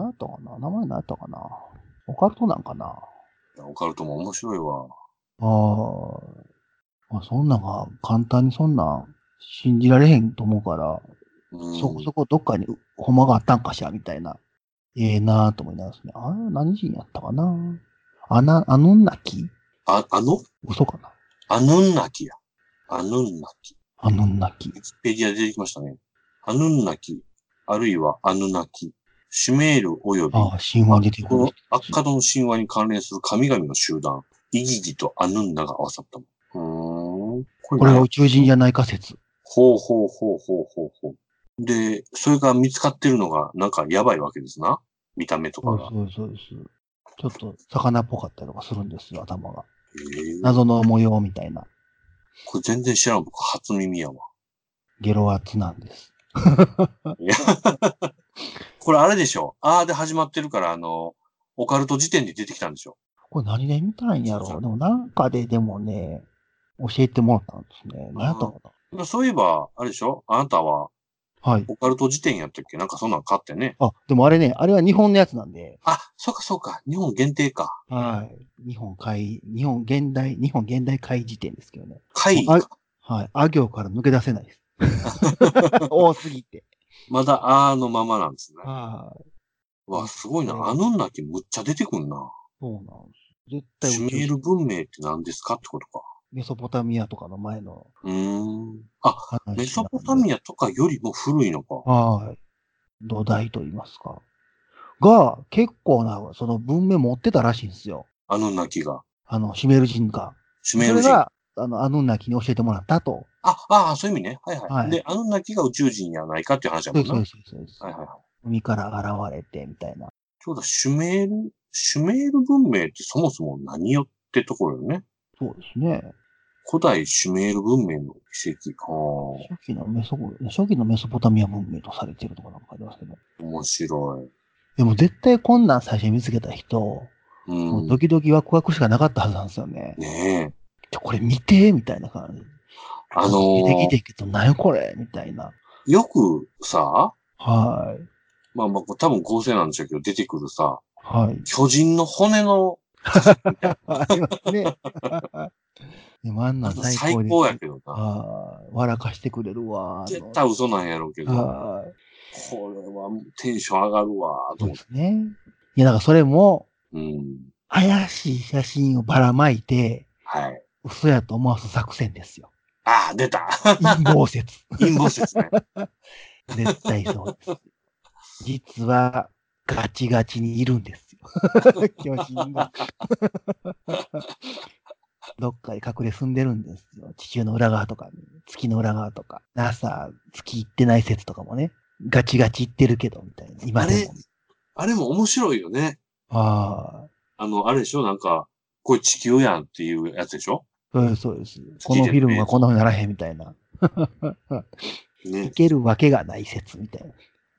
[SPEAKER 3] ったかな名前何やったかなオカルトなんかな
[SPEAKER 2] オカルトも面白いわ。
[SPEAKER 3] あーまあ、そんなんが、簡単にそんなん信じられへんと思うから、
[SPEAKER 2] うん、
[SPEAKER 3] そこそこどっかにうホマがあったんかしら、みたいな。ええなぁと思いながらですね。あれ何人やったかなあな、あのんなき
[SPEAKER 2] あ、あの
[SPEAKER 3] 嘘かな
[SPEAKER 2] アヌンナキや。アヌンナキ。
[SPEAKER 3] あのんなき
[SPEAKER 2] ウィ。キペディアで出てきましたね。アヌンナキ、あるいはアヌナキ。シュメール及び、
[SPEAKER 3] ああ、神話に出てく
[SPEAKER 2] こ
[SPEAKER 3] る
[SPEAKER 2] の。アッカドの神話に関連する神々の集団、イギギとアヌンナが合わさったもん。うーん。こ
[SPEAKER 3] これは宇宙人じゃない仮説。
[SPEAKER 2] ほうほうほうほうほうほう。で、それが見つかってるのが、なんかやばいわけですな。見た目と
[SPEAKER 3] そ
[SPEAKER 2] か
[SPEAKER 3] う
[SPEAKER 2] が。
[SPEAKER 3] そうそうです。ちょっと魚っぽかったりとかするんですよ、頭が。
[SPEAKER 2] へえ
[SPEAKER 3] 謎の模様みたいな。
[SPEAKER 2] これ全然知らん。僕、初耳やわ。
[SPEAKER 3] ゲロアツなんです。
[SPEAKER 2] いやこれあれでしょ。あーで始まってるから、あの、オカルト辞典で出てきたんでしょ。
[SPEAKER 3] これ何で見たんやろ
[SPEAKER 2] そうそう
[SPEAKER 3] うでもなんかででもね、教えてもらったんですね。何やったか
[SPEAKER 2] そういえば、あれでしょあなたは、
[SPEAKER 3] なはい。
[SPEAKER 2] オカルト辞典やったっけなんかそんなん買ってね。
[SPEAKER 3] あ、でもあれね、あれは日本のやつなんで、
[SPEAKER 2] あ、そうかそうか。日本限定か。
[SPEAKER 3] はい。日本会、日本現代、日本現代会辞典ですけどね。
[SPEAKER 2] 会議
[SPEAKER 3] あ
[SPEAKER 2] か。
[SPEAKER 3] はい。あ行から抜け出せないです。 [laughs] 多すぎて。
[SPEAKER 2] まだあーのままなんですね。
[SPEAKER 3] はい。
[SPEAKER 2] わ、すごいな。あのんだけむっちゃ出てくんな。
[SPEAKER 3] そうなんです。絶対
[SPEAKER 2] シュ
[SPEAKER 3] 宇宙
[SPEAKER 2] メー
[SPEAKER 3] 人
[SPEAKER 2] ル文明って何ですかってことか。
[SPEAKER 3] メソポタミアとかの前の
[SPEAKER 2] うーん。あ、
[SPEAKER 3] 話なんで。
[SPEAKER 2] メソポタミアとかよりも古いのか。
[SPEAKER 3] はい。土台と言いますか。が、結構な、その文明持ってたらしいんですよ。
[SPEAKER 2] あの泣きが。
[SPEAKER 3] あの、シュメール人が。
[SPEAKER 2] シュメール人。
[SPEAKER 3] それ
[SPEAKER 2] あ、
[SPEAKER 3] が、あの、アヌンナキに教えてもらったと。
[SPEAKER 2] ああ、そういう意味ね。はいはい。
[SPEAKER 3] はい
[SPEAKER 2] で、あの泣きが宇宙人やないかっていう話だ
[SPEAKER 3] そ
[SPEAKER 2] も
[SPEAKER 3] うんです、
[SPEAKER 2] な。
[SPEAKER 3] そう
[SPEAKER 2] は
[SPEAKER 3] で
[SPEAKER 2] い
[SPEAKER 3] す、そう
[SPEAKER 2] は
[SPEAKER 3] です。
[SPEAKER 2] いはい。
[SPEAKER 3] 海から現れて、みたいな。
[SPEAKER 2] そうだ、シュメール、シュメール文明ってそもそも何よってところよね。
[SPEAKER 3] そうですね。
[SPEAKER 2] 古代シュメール文明の奇跡。はあ
[SPEAKER 3] 初期のメソ、初期のメソポタミア文明とされてるとかなんかありますけど。
[SPEAKER 2] ー、面白
[SPEAKER 3] でも絶対こんなん最初に見つけた人、
[SPEAKER 2] い。
[SPEAKER 3] も
[SPEAKER 2] う。
[SPEAKER 3] うんド
[SPEAKER 2] ね
[SPEAKER 3] キドキワクワクしかなかったはずなんですよね。
[SPEAKER 2] え。
[SPEAKER 3] ちょ、これ見てみたいな感じ。
[SPEAKER 2] あの
[SPEAKER 3] 出て
[SPEAKER 2] ー、
[SPEAKER 3] きてきて、何これみたいな。
[SPEAKER 2] よくさ、
[SPEAKER 3] はい。
[SPEAKER 2] まあまあ、これ多分合成なんでしょうけど、出てくるさ、
[SPEAKER 3] はい。
[SPEAKER 2] 巨人の骨の、
[SPEAKER 3] あります
[SPEAKER 2] [laughs]
[SPEAKER 3] ね。でもあんな
[SPEAKER 2] あ
[SPEAKER 3] ん
[SPEAKER 2] と
[SPEAKER 3] 最
[SPEAKER 2] 最
[SPEAKER 3] 高です。
[SPEAKER 2] 高やけどな。
[SPEAKER 3] あー笑かしてくれるわ。あの
[SPEAKER 2] 絶対嘘なんやろうけど。
[SPEAKER 3] はい
[SPEAKER 2] これはテンション上がるわ、と
[SPEAKER 3] そう
[SPEAKER 2] 思っ
[SPEAKER 3] で
[SPEAKER 2] て。
[SPEAKER 3] すね。いや、だからそれも、
[SPEAKER 2] うん。
[SPEAKER 3] 怪しい写真をばらまいて、
[SPEAKER 2] はい。
[SPEAKER 3] 嘘やと思わす作戦ですよ。
[SPEAKER 2] ああ、出
[SPEAKER 3] [laughs]
[SPEAKER 2] た。
[SPEAKER 3] 陰謀説。
[SPEAKER 2] 陰謀説ね。
[SPEAKER 3] 絶対そうです。実は、ガチガチにいるんですよ。 [laughs] 巨人が。どっかで隠れ住んでるんですよ。地球の裏側とか、月の裏側とか、NASA、月行ってない説とかもね、ガチガチ行ってるけど、みたいな。今でも。
[SPEAKER 2] あれも面白いよね。
[SPEAKER 3] ああ、
[SPEAKER 2] あの、あれでしょなんか、これ地球やんっていうやつでしょ
[SPEAKER 3] そうです、そうです。このフィルムはこんな風にならへんみたいな。い
[SPEAKER 2] ね。
[SPEAKER 3] けるわけがない説みた [laughs] いな。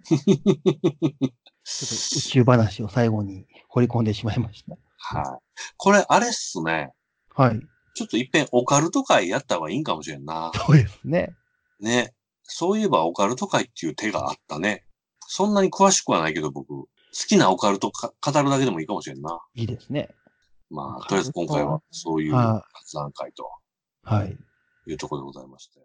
[SPEAKER 3] ちょっと宇宙話を最後に掘り込んでしまいました。
[SPEAKER 2] はい。これ、あれっすね。
[SPEAKER 3] はい。
[SPEAKER 2] ちょっと一遍オカルト会やった方がいいんかもしれんな。
[SPEAKER 3] そうですね。
[SPEAKER 2] ね。そういえばオカルト会っていう手があったね。そんなに詳しくはないけど、僕、好きなオカルトか語るだけでもいいかもしれんな。
[SPEAKER 3] いいですね。
[SPEAKER 2] まあ、とりあえず今回はそういう
[SPEAKER 3] は
[SPEAKER 2] 雑談会と
[SPEAKER 3] はい。
[SPEAKER 2] いうところでございまして。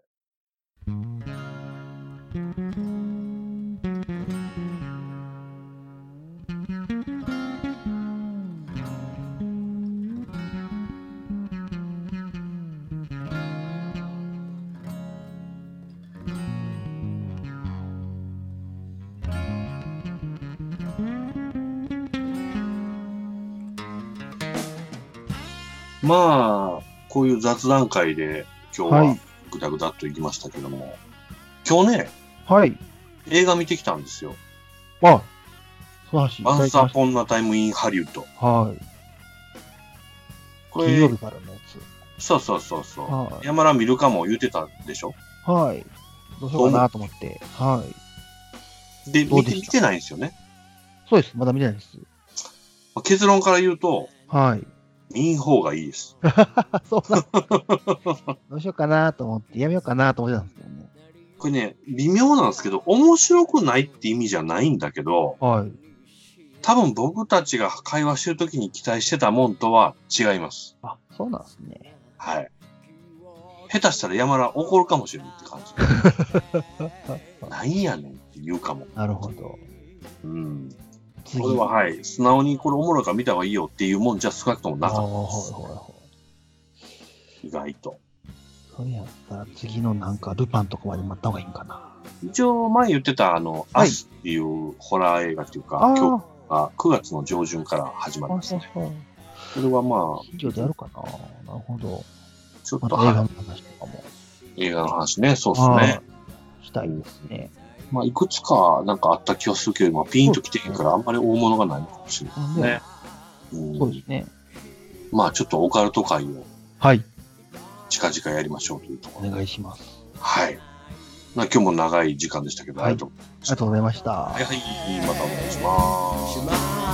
[SPEAKER 2] まあ、こういう雑談会で今日
[SPEAKER 3] は。
[SPEAKER 2] はいぐだぐだっと行きましたけども、今日ね、
[SPEAKER 3] はい。
[SPEAKER 2] 映画見てきたんですよ。
[SPEAKER 3] あ、素晴らしい。
[SPEAKER 2] ワンサ
[SPEAKER 3] い
[SPEAKER 2] ポンナタイムインハリウッド。
[SPEAKER 3] はい。
[SPEAKER 2] こ
[SPEAKER 3] 金曜
[SPEAKER 2] れ
[SPEAKER 3] 日、からのやつ。
[SPEAKER 2] そうそうそうそ
[SPEAKER 3] は
[SPEAKER 2] う。山田見るかも言ってたでしょ
[SPEAKER 3] い。はい。どうしようかなと思って。はい。
[SPEAKER 2] で、
[SPEAKER 3] どう
[SPEAKER 2] 見
[SPEAKER 3] で
[SPEAKER 2] て
[SPEAKER 3] した
[SPEAKER 2] 見てないんですよね。
[SPEAKER 3] そうです。まだ見てないです。
[SPEAKER 2] まあ結論から言うと、
[SPEAKER 3] はい。
[SPEAKER 2] 見ん方がいいです。
[SPEAKER 3] あ、そうなんどうしようかなと思って、やめようかなと思ってたんですけどね。
[SPEAKER 2] これね、微妙なんですけど、面白くないって意味じゃないんだけど、
[SPEAKER 3] はい。
[SPEAKER 2] 多分僕たちが会話してる時に期待してたもんとは違います。
[SPEAKER 3] あ、そうなんですね。
[SPEAKER 2] はい。下手したら山田怒るかもしれないって感じ。
[SPEAKER 3] [laughs]
[SPEAKER 2] なんやねんって言うかも。
[SPEAKER 3] なるほど。
[SPEAKER 2] うん。
[SPEAKER 3] 次。
[SPEAKER 2] これははい、素直にこれおもろいから見た方がいいよっていうもんじゃ少なくともな
[SPEAKER 3] あ
[SPEAKER 2] かっ
[SPEAKER 3] あ、ほい
[SPEAKER 2] た
[SPEAKER 3] ほいほい。
[SPEAKER 2] です。意外と。
[SPEAKER 3] それやったら次のなんかルパンとかまで待った方がいいんかな。
[SPEAKER 2] 一応前言ってたあの、
[SPEAKER 3] はい
[SPEAKER 2] アスっていうホラー映画っていうか、
[SPEAKER 3] あ
[SPEAKER 2] 今
[SPEAKER 3] ー
[SPEAKER 2] 日が9月の上旬から始まるん
[SPEAKER 3] あ、
[SPEAKER 2] です
[SPEAKER 3] そう
[SPEAKER 2] ね。
[SPEAKER 3] そう。
[SPEAKER 2] それはまあ、
[SPEAKER 3] 近所でやるかな。なるほど。
[SPEAKER 2] ちょっ
[SPEAKER 3] ま
[SPEAKER 2] と、
[SPEAKER 3] た映画
[SPEAKER 2] は
[SPEAKER 3] の話とかも。
[SPEAKER 2] い映画の話ね、そうです
[SPEAKER 3] は
[SPEAKER 2] ね。
[SPEAKER 3] い。したいですね。
[SPEAKER 2] まあ、いくつかなんかあった気はするけど、今ピンと来てへんから、あんまり大物がないのかもしれないね。うん
[SPEAKER 3] そうですね。
[SPEAKER 2] まあ、ちょっとオカルト会を
[SPEAKER 3] はい。
[SPEAKER 2] 近々やりましょうというとこ
[SPEAKER 3] お
[SPEAKER 2] ろで。
[SPEAKER 3] 願いします。
[SPEAKER 2] はい。まあ、今日も長い時間でしたけど、
[SPEAKER 3] はい
[SPEAKER 2] ありがとうござい
[SPEAKER 3] ありがとうございました。
[SPEAKER 2] はいはい、またお願いします。
[SPEAKER 1] しま